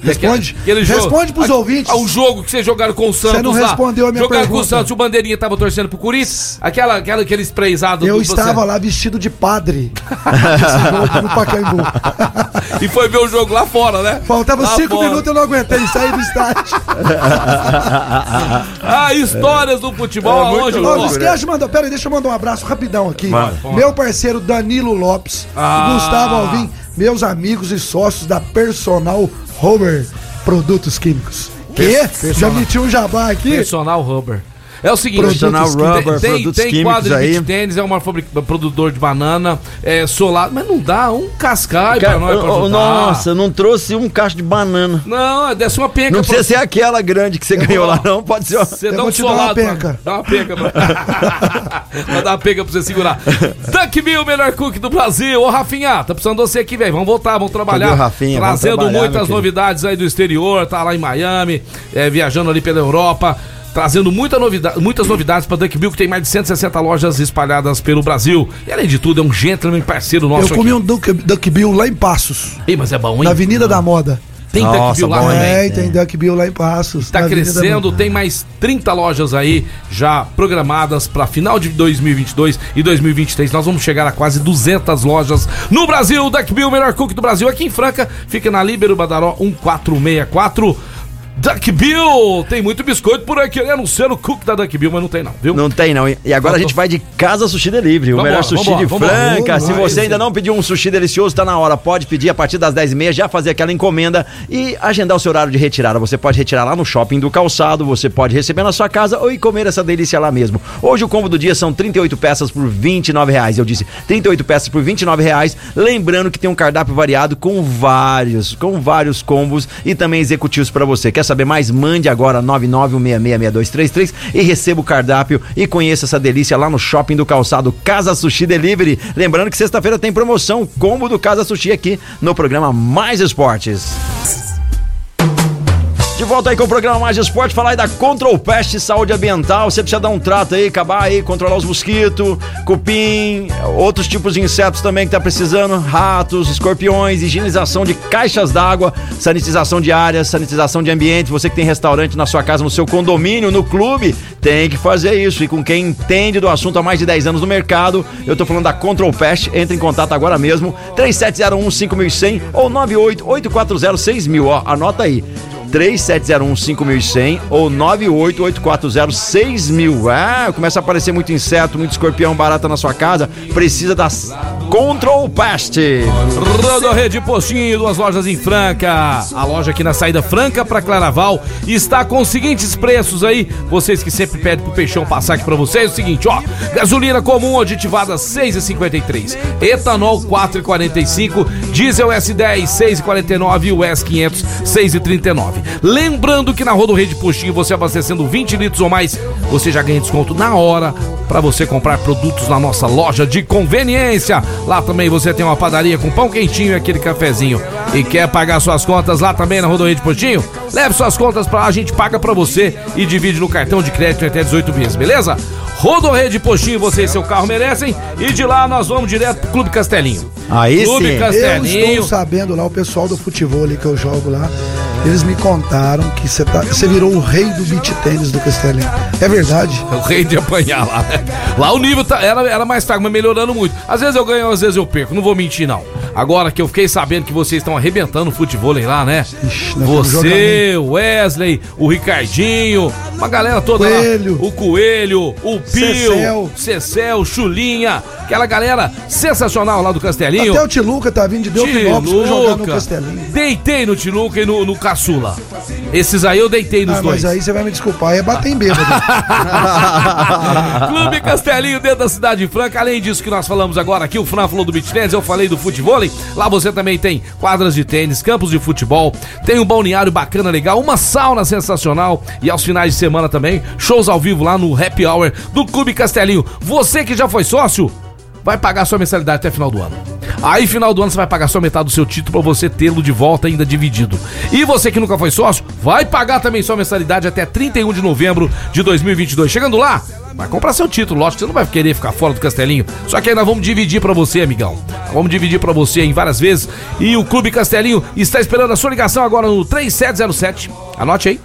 Speaker 3: Responde.
Speaker 2: é Aquele jogo-
Speaker 3: Responde pros
Speaker 2: a-
Speaker 3: ouvintes.
Speaker 2: Ao jogo que vocês jogaram com o Santos.
Speaker 3: não
Speaker 2: lá.
Speaker 3: respondeu a minha
Speaker 2: Jogaram com o
Speaker 3: pergunta.
Speaker 2: Santos, o Bandeirinha tava torcendo pro Corinthians. Aquela, aquela, aquele sprayzado
Speaker 3: Eu
Speaker 2: do- você-
Speaker 3: estava lá vestido
Speaker 2: *laughs*
Speaker 3: de padre. Esse jogo no Pacaembu.
Speaker 2: E foi ver o jogo lá fora, né?
Speaker 3: Faltava
Speaker 2: Lá
Speaker 3: cinco
Speaker 2: fora.
Speaker 3: minutos, eu não aguentei sair
Speaker 2: *laughs*
Speaker 3: do estádio.
Speaker 2: Ah, histórias do futebol
Speaker 1: É,
Speaker 2: aonde
Speaker 3: Ó, não
Speaker 2: Lopes?
Speaker 1: né?
Speaker 3: esquece de mandar. Pera aí, deixa eu mandar um abraço rapidão aqui.
Speaker 2: vai.
Speaker 3: Meu parceiro Danilo Lopes,
Speaker 2: Ah.
Speaker 3: Gustavo Alvim, meus amigos e sócios da Personal Homer Produtos Químicos. Que? Já meti um jabá aqui?
Speaker 2: Personal Rubber. É o seguinte,
Speaker 1: Personal
Speaker 2: tem-
Speaker 1: Rubber,
Speaker 2: tem,
Speaker 1: produtos
Speaker 2: tem
Speaker 1: químicos
Speaker 2: quadro de
Speaker 1: aí.
Speaker 2: beach tênis, é uma fabric- produtor de banana, é solar, mas não dá um cascalho
Speaker 1: Cara,
Speaker 2: pra nós
Speaker 1: ô,
Speaker 2: pra
Speaker 1: ô,
Speaker 2: ajudar.
Speaker 1: nossa, não trouxe um cacho de banana.
Speaker 3: É
Speaker 2: Não, é, desce uma penca.
Speaker 1: Não
Speaker 2: pra-
Speaker 1: precisa
Speaker 3: assim,
Speaker 1: ser aquela grande que você ganhou lá, não. Pode ser. ó.
Speaker 2: Você
Speaker 3: Eu
Speaker 2: dá
Speaker 3: vou
Speaker 2: um
Speaker 3: te dar uma
Speaker 2: solado. pra-
Speaker 3: penca.
Speaker 2: Dá uma penca pra. Vai dar uma penca pra você segurar. Duck Bill, melhor cook do Brasil. Ô, Rafinha, tá precisando de você aqui, velho. Vamos voltar, vamos trabalhar.
Speaker 1: Cadê o Rafinha? Vamos
Speaker 2: Trazendo
Speaker 1: trabalhar, meu
Speaker 2: muitas
Speaker 1: querido.
Speaker 2: novidades aí do exterior. Tá lá em Miami, é, viajando ali pela Europa. Trazendo muita novidade, muitas novidades para Duck Bill, que tem mais de 160 lojas espalhadas pelo Brasil. E além de tudo, é um gentleman parceiro nosso.
Speaker 3: Eu comi
Speaker 2: aqui.
Speaker 3: um Duck, Duck Bill lá em Passos,
Speaker 2: Ih, mas é bom, hein?
Speaker 3: na Avenida da Moda.
Speaker 2: Tem Duck
Speaker 1: Nossa,
Speaker 2: Bill lá
Speaker 1: bom,
Speaker 2: também.
Speaker 3: É, e tem Duck Bill lá em Passos.
Speaker 2: Tá
Speaker 3: na Avenida da
Speaker 2: crescendo,
Speaker 3: Moda.
Speaker 2: tem mais 30 lojas aí já programadas para final de 2022 e 2023. Nós vamos chegar a quase 200 lojas no Brasil. Duck Bill, o melhor cook do Brasil, aqui em Franca, fica na Líbero Badaró 1464. Duck Bill! Tem muito biscoito por aí querendo ser o cook da Duck Bill, mas não tem não, viu?
Speaker 1: Não tem, não. E agora a gente vai de Casa Sushi Delivery, o
Speaker 2: Vambora,
Speaker 1: melhor sushi
Speaker 2: vambora,
Speaker 1: de
Speaker 2: vambora.
Speaker 1: Franca.
Speaker 2: Vambora,
Speaker 1: Se você ainda não pediu um sushi delicioso, tá na hora. Pode pedir a partir das 10h30, já fazer aquela encomenda e agendar o seu horário de retirada. Você pode retirar lá no shopping do calçado, você pode receber na sua casa ou ir comer essa delícia lá mesmo. Hoje o combo do dia são 38 peças por R$ 29 reais. Eu disse 38 peças por R$ 29 reais. Lembrando que tem um cardápio variado com vários, com vários combos e também executivos para você. Quer saber mais? Mande agora 991666233 e receba o cardápio e conheça essa delícia lá no shopping do calçado Casa Sushi Delivery. Lembrando que sexta-feira tem promoção combo do Casa Sushi aqui no programa Mais Esportes. De volta aí com o programa Mais Esporte, falar aí da Control Pest Saúde Ambiental. Você precisa dar um trato aí, acabar aí, controlar os mosquitos, cupim, outros tipos de insetos também que tá precisando, ratos, escorpiões, higienização de caixas d'água, sanitização de áreas, sanitização de ambientes. Você que tem restaurante na sua casa, no seu condomínio, no clube, tem que fazer isso. E com quem entende do assunto há mais de 10 anos no mercado, eu tô falando da Control Pest. Entre em contato agora mesmo, 3701 5100 ou 98840 6000. Ó, anota aí. 3701-5100 ou 98840-6000. Ah, começa a aparecer muito inseto, muito escorpião barata na sua casa. Precisa das Control Pest.
Speaker 2: Rodorrede Postinho, duas lojas em Franca. A loja aqui na saída Franca para Claraval está com os seguintes preços aí. Vocês que sempre pedem pro Peixão passar aqui para vocês, é o seguinte, ó. Gasolina comum aditivada 6,53. Etanol 4,45. Diesel S10 6,49 e o S500 6,39. Lembrando que na Rodorrede Postinho, você abastecendo 20 litros ou mais, você já ganha desconto na hora para você comprar produtos na nossa loja de conveniência. Lá também você tem uma padaria com pão quentinho e aquele cafezinho. E quer pagar suas contas lá também na Rodovia de Postinho? Leve suas contas pra lá, a gente paga pra você e divide no cartão de crédito em até 18 vezes, beleza? Rodorreio de Postinho, você e seu carro merecem. E de lá nós vamos direto pro Clube Castelinho.
Speaker 1: Aí
Speaker 2: Clube
Speaker 1: sim.
Speaker 3: Eu
Speaker 2: Castelinho.
Speaker 3: estou sabendo lá, o pessoal do futebol ali que eu jogo lá, eles me contaram que você tá, você virou o rei do beat tênis do Castelinho. É verdade?
Speaker 2: É o rei de apanhar lá. né? Lá o nível tá- era, era mais fraco, mas melhorando muito. Às vezes eu ganho, às vezes eu perco. Não vou mentir, não. Agora que eu fiquei sabendo que vocês estão arrebentando o futebol lá, né?
Speaker 3: Ixi, nós vamos jogar,
Speaker 2: Você, o Wesley, o Ricardinho, uma galera toda
Speaker 3: Coelho.
Speaker 2: lá. O Coelho, o Pio,
Speaker 3: Cecel.
Speaker 2: Cecel, Chulinha. Aquela galera sensacional lá do Castelinho.
Speaker 3: Até o Tiluca tá vindo de Delfinópolis pra jogar no
Speaker 2: Tiluca.
Speaker 3: Castelinho.
Speaker 2: Deitei no Tiluca e no, no Caçula. Esses aí eu deitei nos
Speaker 3: Ah,
Speaker 2: dois.
Speaker 3: mas aí você vai me desculpar, é bater
Speaker 2: *laughs*
Speaker 3: em bêbado.
Speaker 2: Clube Castelinho, dentro da cidade de Franca. Além disso que nós falamos agora aqui, o Fran falou do beach tennis, eu falei do futebol. Lá você também tem quadras de tênis, campos de futebol, tem um balneário bacana, legal, uma sauna sensacional e aos finais de semana também, shows ao vivo lá no Happy Hour do Clube Castelinho. Você que já foi sócio, vai pagar sua mensalidade até final do ano. Aí, final do ano, você vai pagar só metade do seu título pra você tê-lo de volta ainda dividido. E você que nunca foi sócio, vai pagar também sua mensalidade até 31 de novembro de 2022. Chegando lá, vai comprar seu título, lógico, você não vai querer ficar fora do Castelinho. Só que aí nós vamos dividir pra você, amigão. Vamos dividir pra você em várias vezes. E o Clube Castelinho está esperando a sua ligação agora no 3707. Anote aí.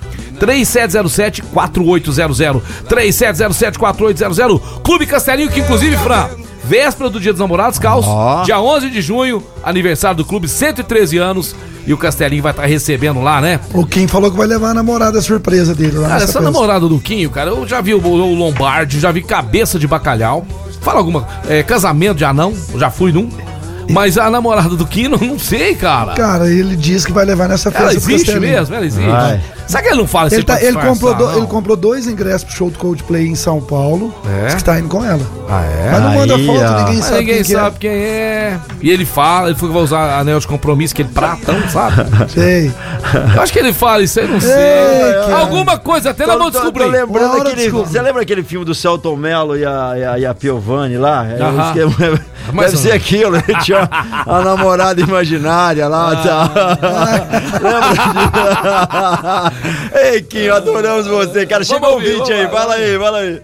Speaker 2: 3707-4800. 3707-4800. Clube Castelinho, que inclusive, Fran, véspera do Dia dos Namorados, Caos. Dia 11 de junho, aniversário do clube, 113 anos. E o Castelinho vai estar recebendo lá, né?
Speaker 3: o Kim falou que vai levar a namorada surpresa dele lá
Speaker 2: Cara,
Speaker 3: nessa
Speaker 2: essa
Speaker 3: festa.
Speaker 2: namorada do Quinho, cara, eu já vi o, o Lombardi, já vi cabeça de bacalhau. Fala alguma. é, casamento de anão, eu já fui num. Mas a namorada do Quinho, *laughs* não sei, cara.
Speaker 3: Cara, ele diz que vai levar nessa festa
Speaker 2: Ela
Speaker 3: do
Speaker 2: existe
Speaker 3: Castelinho.
Speaker 2: mesmo, ela existe.
Speaker 1: Vai.
Speaker 2: Será que ele não fala assim
Speaker 3: Ele, tá-
Speaker 2: pra
Speaker 3: ele
Speaker 2: disfarçar,
Speaker 3: comprou do-
Speaker 2: não?
Speaker 3: ele comprou dois ingressos pro show do Coldplay em São Paulo.
Speaker 2: É?
Speaker 3: Diz que tá indo com ela.
Speaker 2: Ah, é?
Speaker 3: Mas não manda
Speaker 1: Aí, ó.
Speaker 3: foto, ninguém
Speaker 2: Mas
Speaker 3: sabe
Speaker 2: ninguém
Speaker 3: quem que é.
Speaker 2: sabe quem é. E ele fala, ele falou que vai usar anel de compromisso, que ele pratão,
Speaker 3: *laughs*
Speaker 2: sabe?
Speaker 3: Sei.
Speaker 2: Eu acho que ele fala isso aí, não sei.
Speaker 3: cara.
Speaker 2: Alguma coisa, até nós vamos descobrir.
Speaker 1: lembrando
Speaker 3: Uma hora
Speaker 1: aquele,
Speaker 3: descobre.
Speaker 1: você lembra aquele filme do Celton Mello e a, e a, e a Piovani lá? É,
Speaker 2: Aham.
Speaker 1: *laughs* o esquema-
Speaker 2: Mais
Speaker 1: Deve
Speaker 2: ou
Speaker 1: ser aquilo, né? *laughs* Tinha uma- a namorada imaginária
Speaker 2: Ah.
Speaker 1: lá. tá. *laughs* Lembra disso? *laughs* Ei, Kim, adoramos você, cara. Chega um
Speaker 2: Vamos ouvir,
Speaker 1: ouvinte aí,
Speaker 2: vamos lá,
Speaker 1: fala aí, fala aí.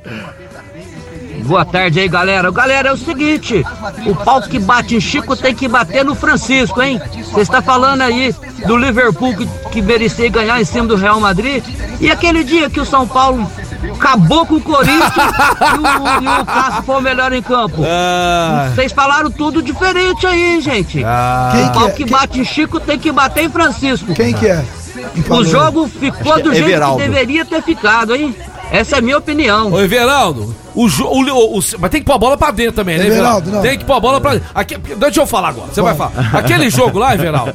Speaker 9: Boa tarde aí, galera. Galera, é o seguinte: o pau que bate em Chico tem que bater no Francisco, hein? Você está falando aí do Liverpool que, que merecia ganhar em cima do Real Madrid. E aquele dia que o São Paulo acabou com o Corinthians e o, e o Cássio foi o melhor em campo.
Speaker 2: Ah,
Speaker 9: Vocês falaram tudo diferente aí, gente.
Speaker 3: Quem
Speaker 9: O
Speaker 3: que
Speaker 9: pau
Speaker 3: é?
Speaker 9: que
Speaker 3: Quem-
Speaker 9: bate em Chico tem que bater em Francisco.
Speaker 3: Quem que é? Quem
Speaker 9: O
Speaker 3: falou?
Speaker 9: jogo ficou do jeito que é
Speaker 1: Everaldo.
Speaker 9: deveria ter ficado, hein? Essa é a minha opinião.
Speaker 2: Ô, Everaldo, o, jo- o, o- o- mas tem que pôr a bola pra dentro também, né,
Speaker 3: Everaldo,
Speaker 2: Everaldo?
Speaker 3: não.
Speaker 2: Tem que pôr a bola pra dentro. Aque- Deixa eu falar agora, você vai falar. Aquele jogo lá, Everaldo,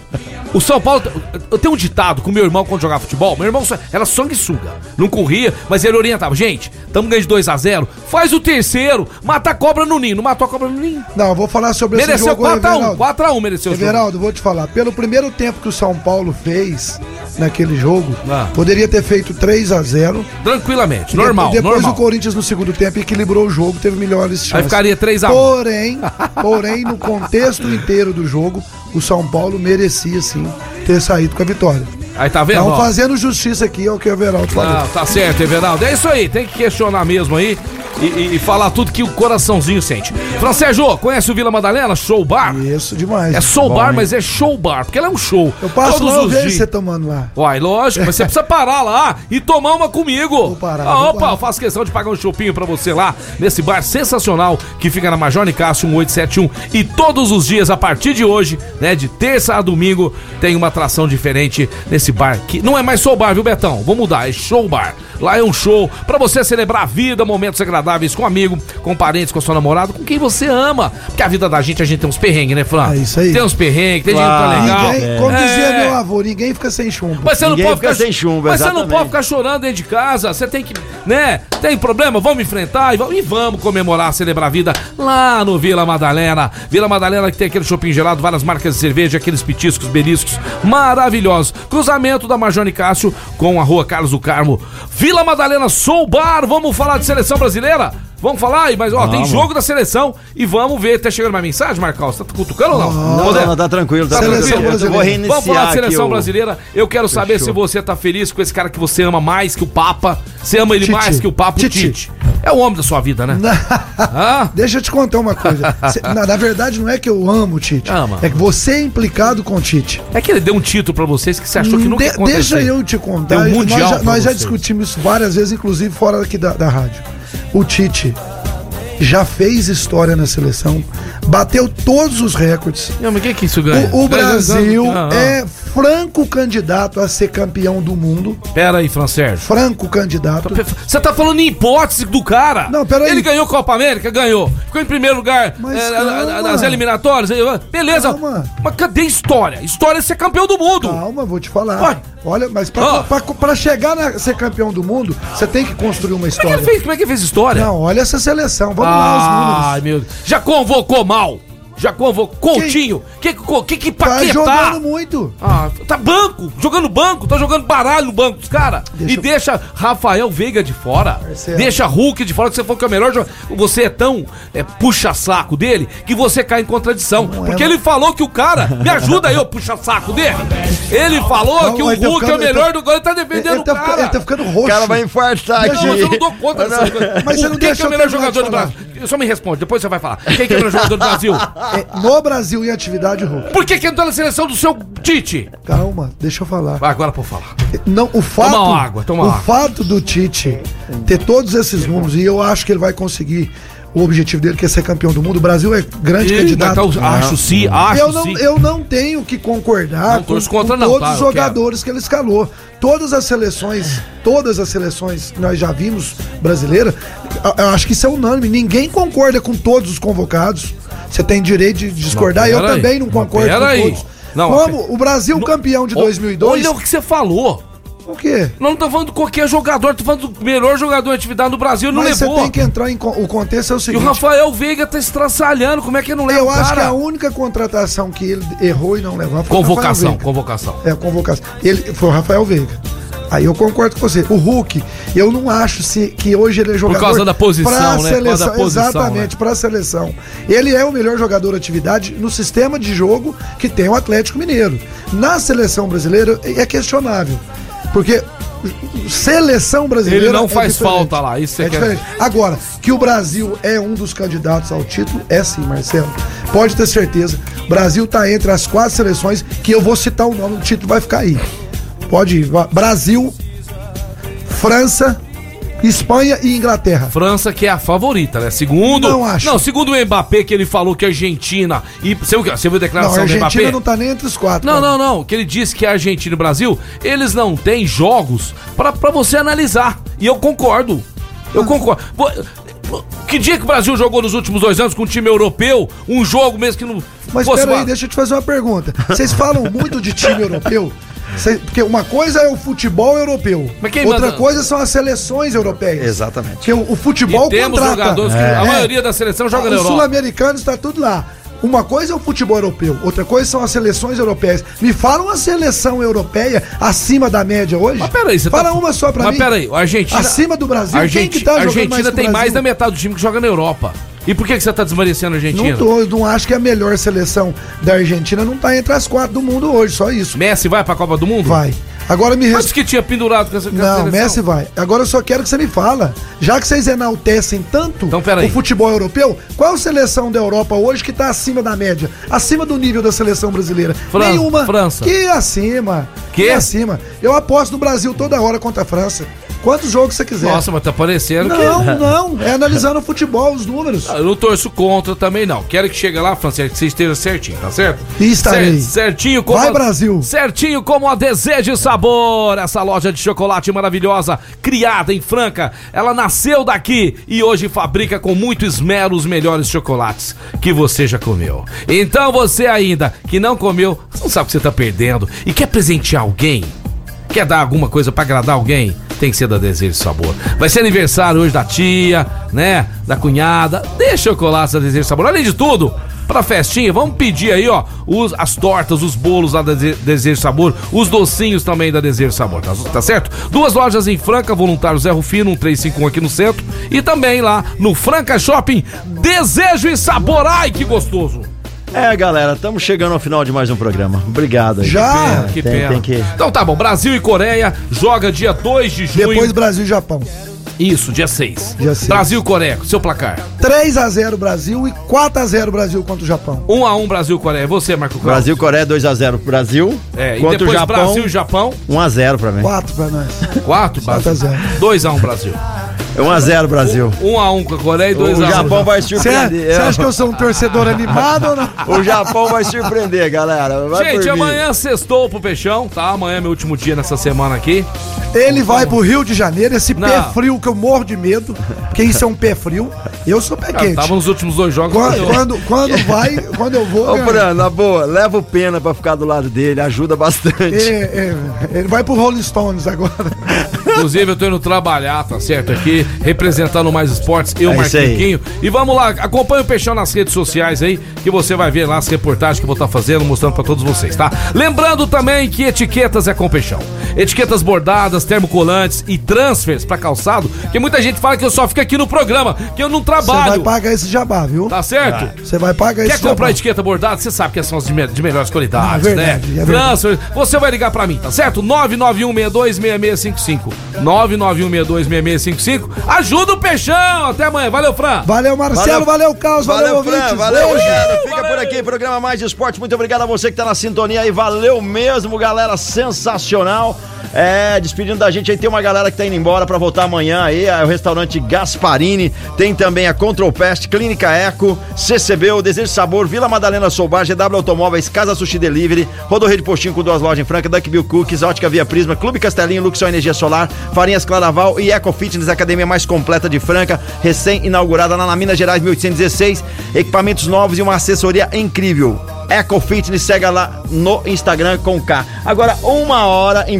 Speaker 2: o São Paulo. Eu tenho um ditado com meu irmão quando jogava futebol. Meu irmão só- era sanguessuga. Não corria, mas ele orientava. Gente, tamo ganhando de 2x0. Faz o terceiro, mata a cobra no ninho. Não matou a cobra no ninho.
Speaker 3: Não, eu vou falar sobre esse
Speaker 2: Mereceu
Speaker 3: jogo.
Speaker 2: 4x1.
Speaker 3: Everaldo.
Speaker 2: 4x1 mereceu o jogo.
Speaker 3: Everaldo, vou te falar. Pelo primeiro tempo que o São Paulo fez naquele jogo,
Speaker 2: Ah.
Speaker 3: poderia ter feito 3 a 0
Speaker 2: Tranquilamente, normal,
Speaker 3: Depois
Speaker 2: normal.
Speaker 3: o Corinthians no segundo tempo equilibrou o jogo, teve melhores chances.
Speaker 2: Aí ficaria 3 a 1.
Speaker 3: Porém, porém, no contexto inteiro do jogo, o São Paulo merecia sim ter saído com a vitória.
Speaker 2: Aí tá vendo?
Speaker 3: Estão
Speaker 2: ó?
Speaker 3: fazendo justiça aqui ao que o Everaldo falou.
Speaker 2: Ah, tá certo, Everaldo. É isso aí, tem que questionar mesmo aí e, e- e falar tudo que o coraçãozinho sente. Francejo, conhece o Vila Madalena? Show Bar?
Speaker 3: Isso, demais.
Speaker 2: É Soul Bar, mas é Show Bar, porque ela é um show.
Speaker 3: Eu passo lá, eu vejo
Speaker 2: dias.
Speaker 3: você tomando lá.
Speaker 2: Uai, lógico, mas você precisa parar lá e tomar uma comigo. Vou
Speaker 3: parar,
Speaker 2: Ah,
Speaker 3: vou
Speaker 2: opa,
Speaker 3: parar.
Speaker 2: eu faço questão de pagar um chopinho pra você lá, nesse bar sensacional que fica na um Major Nicásio 1871. E todos os dias, a partir de hoje, né, de terça a domingo, tem uma atração diferente nesse bar. Que não é mais só bar, viu, Betão? Vou mudar, é show bar. Lá é um show pra você celebrar a vida, momentos agradáveis com amigo, com parentes, com a sua namorada, com quem você ama. Porque a vida da gente, a gente tem uns perrengues, né, Fran?
Speaker 3: É isso aí.
Speaker 2: Tem uns perrengues, tem gente que tá legal.
Speaker 3: Ninguém, como dizia
Speaker 2: É.
Speaker 3: meu avô, ninguém fica sem chumbo. *laughs*
Speaker 2: Mas você não
Speaker 8: Ninguém
Speaker 2: pode
Speaker 8: fica
Speaker 2: ficar
Speaker 8: sem chumbo,
Speaker 2: Mas você não
Speaker 8: exatamente.
Speaker 2: pode ficar chorando dentro de casa. Você tem que, né? Tem problema? Vamos enfrentar e vamos, e vamos comemorar, celebrar a vida lá no Vila Madalena. Vila Madalena que tem aquele shopping gelado, várias marcas de cerveja, aqueles petiscos, beliscos maravilhosos. Cruzamento da Marjane Cássio com a Rua Carlos do Carmo. Vila Madalena Sou Bar. Vamos falar de seleção brasileira? Vamos falar aí, mas ó, tem jogo da seleção e vamos ver. Tá chegando mais mensagem, Marcão? Você tá cutucando ou não?
Speaker 8: Não, não, tá tranquilo, tá
Speaker 3: Seleção
Speaker 8: tranquilo. Eu
Speaker 3: brasileira.
Speaker 8: vou reiniciar
Speaker 2: Vamos falar de
Speaker 8: aqui
Speaker 2: seleção
Speaker 8: o-
Speaker 2: brasileira. Eu quero saber se você tá feliz com esse cara que você ama mais que o Papa. Você ama ele
Speaker 3: Tite.
Speaker 2: mais que o Papa, o
Speaker 3: Tite.
Speaker 2: Tite. É o homem da sua vida, né? Hã?
Speaker 3: Deixa eu te contar uma coisa. Cê- na, na verdade, não é que eu amo o Tite.
Speaker 2: Ama.
Speaker 3: É que você é implicado com o Tite. Hum,
Speaker 2: É que ele deu um título pra vocês que você achou que nunca ia
Speaker 3: De-
Speaker 2: acontecer.
Speaker 3: deixa eu te contar.
Speaker 2: Tem um
Speaker 3: nós
Speaker 2: mundial
Speaker 3: já,
Speaker 2: pra
Speaker 3: nós já
Speaker 2: vocês.
Speaker 3: discutimos isso várias vezes, inclusive fora aqui da, da rádio. O Tite já fez história na seleção, bateu todos os recordes.
Speaker 2: Não, mas o que que isso ganha?
Speaker 3: O, o Brasil
Speaker 2: Ah, ah.
Speaker 3: é franco candidato a ser campeão do mundo.
Speaker 2: Pera aí, Fran Sérgio.
Speaker 3: Franco candidato.
Speaker 2: Você tá falando em hipótese do cara.
Speaker 3: Não, pera aí.
Speaker 2: Ele ganhou Copa América? Ganhou. Ficou em primeiro lugar
Speaker 3: Mas
Speaker 2: eh,
Speaker 3: calma.
Speaker 2: na- nas eliminatórias. eh, Beleza.
Speaker 3: Calma.
Speaker 2: Mas cadê história? História é ser campeão do mundo.
Speaker 3: Calma, vou te falar.
Speaker 2: Vai.
Speaker 3: Olha, mas pra,
Speaker 2: Ah.
Speaker 3: pra- pra chegar a ser campeão do mundo, você tem que construir uma
Speaker 2: Como é que
Speaker 3: história.
Speaker 2: ele fez? Ah, Como é que ele fez história?
Speaker 3: Não, olha essa seleção. Vamos lá,
Speaker 2: Ai,
Speaker 3: os números.
Speaker 2: meu Deus. Já convocou mal. Já convocou. Coutinho. Que que, que, que
Speaker 3: Tá
Speaker 2: paquetá.
Speaker 3: jogando muito.
Speaker 2: Ah, tá banco. Jogando banco. Tá jogando baralho no banco dos caras.
Speaker 3: Deixa
Speaker 2: E
Speaker 3: eu-
Speaker 2: deixa Rafael Veiga de fora.
Speaker 3: Marcelo.
Speaker 2: Deixa Hulk de fora, que você falou que é o melhor jogador. Você é tão é, puxa-saco dele que você cai em contradição.
Speaker 3: Não é,
Speaker 2: porque
Speaker 3: não.
Speaker 2: ele falou que o cara. Me ajuda aí, ô puxa-saco dele. Ele falou
Speaker 3: Calma,
Speaker 2: que o
Speaker 3: ele tá
Speaker 2: Hulk é o
Speaker 3: ficando- ele
Speaker 2: melhor
Speaker 3: tá-
Speaker 2: do gol. Ele tá
Speaker 3: Ele,
Speaker 2: defendendo
Speaker 3: ele tá,
Speaker 2: o
Speaker 3: fica-
Speaker 2: cara.
Speaker 3: ele tá ficando roxo.
Speaker 8: O cara vai infartar
Speaker 2: Não, mas eu não
Speaker 8: aqui.
Speaker 2: dou conta dessas coisas.
Speaker 3: Mas você não
Speaker 2: o que, que é
Speaker 3: deixou
Speaker 2: o melhor
Speaker 3: eu terminar
Speaker 2: jogador
Speaker 3: de
Speaker 2: do
Speaker 3: falar.
Speaker 2: Brasil? Só me responde, depois você vai falar. Quem que é o melhor jogador do Brasil?
Speaker 3: É, no Brasil, em atividade, Hulk.
Speaker 2: Por que, que entrou na seleção do seu Tite?
Speaker 3: Calma, deixa eu falar.
Speaker 2: Vai agora por falar.
Speaker 3: Não, o fato,
Speaker 2: uma água, toma
Speaker 3: o
Speaker 2: água.
Speaker 3: fato do Tite ter todos esses números, e eu acho que ele vai conseguir o objetivo dele, que é ser campeão do mundo. O Brasil é grande
Speaker 2: Ih,
Speaker 3: candidato.
Speaker 2: mas tá, acho sim, acho
Speaker 3: eu, não,
Speaker 2: sim.
Speaker 3: eu não tenho que concordar
Speaker 2: Não torço contra não,
Speaker 3: todos
Speaker 2: tá?
Speaker 3: os
Speaker 2: Eu
Speaker 3: jogadores que ele escalou. Todas as seleções, todas as seleções que nós já vimos brasileira, a- eu acho que isso é unânime. Ninguém concorda com todos os convocados. Você tem direito de discordar.
Speaker 2: Não,
Speaker 3: eu
Speaker 2: pera aí.
Speaker 3: também não
Speaker 2: Não,
Speaker 3: concordo
Speaker 2: pera
Speaker 3: com
Speaker 2: aí.
Speaker 3: todos.
Speaker 2: Não,
Speaker 3: Como o Brasil campeão de 2002,
Speaker 2: Olha o que você falou.
Speaker 3: o quê?
Speaker 2: Nós não estamos falando de qualquer jogador, estamos falando do melhor jogador em atividade no Brasil, não
Speaker 3: Mas
Speaker 2: levou.
Speaker 3: você tem que entrar em. con- O contexto
Speaker 2: E
Speaker 3: é o
Speaker 2: o
Speaker 3: seguinte.
Speaker 2: Rafael Veiga tá estraçalhando, como é que não leva
Speaker 3: eu
Speaker 2: o
Speaker 3: acho
Speaker 2: cara?
Speaker 3: que um- a única contratação que ele errou e não levou foi o
Speaker 2: Convocação,
Speaker 3: Rafael Veiga.
Speaker 2: convocação.
Speaker 3: É, a convocação. Ele foi o Rafael Veiga. Aí eu concordo com você. O Hulk, eu não acho se, que hoje ele é jogador.
Speaker 2: causa da posição,
Speaker 3: pra
Speaker 2: né? Por causa da
Speaker 3: Seleção,
Speaker 2: posição,
Speaker 3: exatamente, para a seleção. Ele é o melhor jogador atividade no sistema de jogo que tem o Atlético Mineiro. Na seleção brasileira é questionável. Porque seleção brasileira.
Speaker 2: Ele não
Speaker 3: é
Speaker 2: faz
Speaker 3: diferente.
Speaker 2: falta lá, isso você
Speaker 3: é
Speaker 2: quer-
Speaker 3: diferente. Agora, que o Brasil é um dos candidatos ao título, é sim, Marcelo. Pode ter certeza. O Brasil tá entre as quatro seleções que eu vou citar o nome, o título vai ficar aí. Pode ir. Vá. Brasil, França, Espanha e Inglaterra.
Speaker 2: França que é a favorita, né? Segundo.
Speaker 3: Não acho.
Speaker 2: Não, segundo o Mbappé que ele falou que a Argentina e você viu, você viu a
Speaker 3: Não, a
Speaker 2: declaração do Mbappé?
Speaker 3: Argentina não tá nem entre os quatro.
Speaker 2: Não, não,
Speaker 3: cara.
Speaker 2: não. Que ele disse que a Argentina e o Brasil, eles não têm jogos pra pra você analisar. E eu concordo.
Speaker 3: Ah.
Speaker 2: Eu concordo. Vo- Que dia que o Brasil jogou nos últimos dois anos com um time europeu? Um jogo mesmo que não.
Speaker 3: Mas
Speaker 2: fosse
Speaker 3: peraí,
Speaker 2: uma-
Speaker 3: deixa eu te fazer uma pergunta. Vocês falam muito de time europeu? Cê- porque uma coisa é o futebol europeu,
Speaker 2: Mas quem
Speaker 3: outra
Speaker 2: manda-
Speaker 3: coisa são as seleções europeias.
Speaker 8: Exatamente.
Speaker 3: Porque o, o
Speaker 2: E
Speaker 3: futebol
Speaker 2: temos
Speaker 3: contrata. É.
Speaker 2: jogadores que. A maioria da seleção joga na
Speaker 3: Os
Speaker 2: Europa.
Speaker 3: sul-americanos está tudo lá. Uma coisa é o futebol europeu, outra coisa são as seleções europeias. Me fala uma seleção europeia acima da média hoje?
Speaker 2: Mas peraí, você
Speaker 3: Fala
Speaker 2: tá-
Speaker 3: uma só pra
Speaker 2: Mas
Speaker 3: mim.
Speaker 2: peraí, a Argentina-
Speaker 3: Acima do Brasil,
Speaker 2: Argenti-
Speaker 3: quem que tá
Speaker 2: a
Speaker 3: jogando
Speaker 2: Argentina
Speaker 3: mais que o
Speaker 2: tem mais
Speaker 3: Brasil?
Speaker 2: da metade do time que joga na Europa. E por que, que você tá desmerecendo a Argentina?
Speaker 3: Não tô, eu não acho que é a melhor seleção da Argentina não tá entre as quatro do mundo hoje, só isso.
Speaker 2: Messi vai pra Copa do Mundo?
Speaker 3: Vai. Agora me
Speaker 2: Mas
Speaker 3: responde.
Speaker 2: que tinha pendurado com essa com essa
Speaker 3: Não,
Speaker 2: seleção.
Speaker 3: Messi vai. Agora eu só quero que você me fala. Já que vocês enaltecem tanto
Speaker 2: Então, peraí.
Speaker 3: o futebol europeu, qual seleção da Europa hoje que tá acima da média? Acima do nível da seleção brasileira?
Speaker 2: Fran-
Speaker 3: Nenhuma.
Speaker 2: França.
Speaker 3: Que acima.
Speaker 2: Que?
Speaker 3: acima. Eu aposto no Brasil toda hora contra a França. Quantos jogos você quiser.
Speaker 2: Nossa, mas tá parecendo
Speaker 3: não,
Speaker 2: que.
Speaker 3: *laughs*
Speaker 2: Ah,
Speaker 3: não. É analisando o futebol, os números.
Speaker 2: Eu não torço contra também, não. Quero que chegue lá, Franciel, que você esteja certinho, tá certo?
Speaker 3: E estarei.
Speaker 2: certinho como.
Speaker 3: Vai, Brasil.
Speaker 2: Certinho como a Desejo e Sabor. Essa loja de chocolate maravilhosa, criada em Franca. Ela nasceu daqui e hoje fabrica com muito esmero os melhores chocolates que você já comeu. Então você ainda que não comeu, você não sabe o que você tá perdendo e quer presentear alguém? Quer dar alguma coisa pra agradar alguém? Tem que ser da Desejo e Sabor. Vai ser aniversário hoje da tia, né? Da cunhada. Dê chocolate da Desejo e Sabor. Além de tudo, pra festinha, vamos pedir aí, ó, os- as tortas, os bolos lá da Dese- Desejo e Sabor, os docinhos também da Desejo e Sabor, tá, tá certo? Duas lojas em Franca, voluntário Zé Rufino, 1351 aqui no centro. E também lá no Franca Shopping, Desejo e Sabor. Ai, que gostoso!
Speaker 1: É, galera, estamos chegando ao final de mais um programa. Obrigado aí.
Speaker 3: Já.
Speaker 2: Ah, que
Speaker 1: É, tem-
Speaker 2: pena.
Speaker 1: tem que-
Speaker 2: Então tá bom, Brasil e Coreia joga dia 2 de junho.
Speaker 3: Depois Brasil e Japão.
Speaker 2: Isso, dia 6.
Speaker 3: Dia seis.
Speaker 2: Brasil e Coreia, seu placar.
Speaker 3: 3x0 Brasil e 4x0 Brasil contra o Japão.
Speaker 2: 1 a 1 Brasil e Coreia. Você, Marco Claus.
Speaker 1: Brasil, Coreia 2x0 Brasil.
Speaker 2: É, e
Speaker 1: contra o
Speaker 2: depois
Speaker 1: Japão,
Speaker 2: Brasil e Japão.
Speaker 1: 1x0 pra mim.
Speaker 3: 4 pra
Speaker 2: *laughs*
Speaker 3: nós. é-
Speaker 2: 4
Speaker 1: Tá
Speaker 3: a
Speaker 2: Brasil.
Speaker 3: zero.
Speaker 2: 2 a 1 Brasil.
Speaker 1: 1x0 Brasil.
Speaker 2: 1 a 1 com a Coreia e 2
Speaker 1: O
Speaker 2: a é- 1.
Speaker 1: Japão vai
Speaker 3: Você
Speaker 1: surpreender. É,
Speaker 3: acha que eu sou um torcedor animado
Speaker 2: *laughs*
Speaker 3: ou não?
Speaker 1: O Japão vai surpreender, galera. Vai por
Speaker 2: Gente,
Speaker 1: mim.
Speaker 2: amanhã sextou pro Peixão, tá? Amanhã é meu último dia nessa semana aqui.
Speaker 3: Ele vai pro Rio de Janeiro, esse pé
Speaker 2: Então, Não.
Speaker 3: frio que eu morro de medo, porque isso é um pé frio, eu sou pé
Speaker 2: Cara,
Speaker 3: quente.
Speaker 2: tava nos últimos dois jogos.
Speaker 3: Quando,
Speaker 2: ganhou.
Speaker 3: quando, quando vai, quando eu vou.
Speaker 1: Ô,
Speaker 3: cara,
Speaker 1: Fran, na boa, leva o Pena pra ficar do lado dele, ajuda
Speaker 3: é,
Speaker 1: bastante.
Speaker 3: é, ele vai pro Rolling Stones agora.
Speaker 2: Inclusive, eu tô indo trabalhar, tá certo? Aqui, representando mais esportes, eu,
Speaker 1: É isso aí.
Speaker 2: Marquinhos. E vamos lá, acompanha o Peixão nas redes sociais aí, que você vai ver lá as reportagens que eu vou estar fazendo, mostrando pra todos vocês, tá? Lembrando também que etiquetas é com o Peixão. Etiquetas bordadas, termocolantes e transfers pra calçado, que muita gente fala que eu só fico aqui no programa, que eu não
Speaker 3: Você vai
Speaker 2: trabalho.
Speaker 3: pagar esse jabá, viu?
Speaker 2: Tá certo?
Speaker 3: Você vai pagar
Speaker 2: Quer
Speaker 3: esse
Speaker 2: comprar
Speaker 3: jabá.
Speaker 2: etiqueta bordada? Você sabe que são as de, me- de melhores qualidades,
Speaker 3: É verdade,
Speaker 2: né?
Speaker 3: é verdade.
Speaker 2: Transfer. Você vai ligar pra mim, tá certo? 991626655. 991626655. Ajuda o Peixão! Até amanhã. Valeu, Fran!
Speaker 3: Valeu, Marcelo, valeu, Caos, valeu,
Speaker 1: Valeu,
Speaker 3: ouvintes.
Speaker 1: Fran, valeu,
Speaker 3: Beijo.
Speaker 1: Ricardo. Fica por aqui, programa Mais Esporte. Muito obrigado a você que tá na sintonia aí. Valeu mesmo, galera. Sensacional. É, despedindo da gente aí, tem uma galera que tá indo embora pra voltar amanhã aí. É o restaurante Gasparini. Tem também a Control Pest, Clínica Eco, CCB, o Desejo Sabor, Vila Madalena Sobar, GW Automóveis, Casa Sushi Delivery, Rodorreio de Postinho com duas lojas em Franca, Duckbill Cookies, Ótica Via Prisma, Clube Castelinho, Luxor Energia Solar, Farinhas Claraval e Eco Fitness, a academia mais completa de Franca, recém-inaugurada lá na Minas Gerais 1816. Equipamentos novos e uma assessoria incrível. Eco Fitness, segue lá no Instagram com K. Agora, uma hora em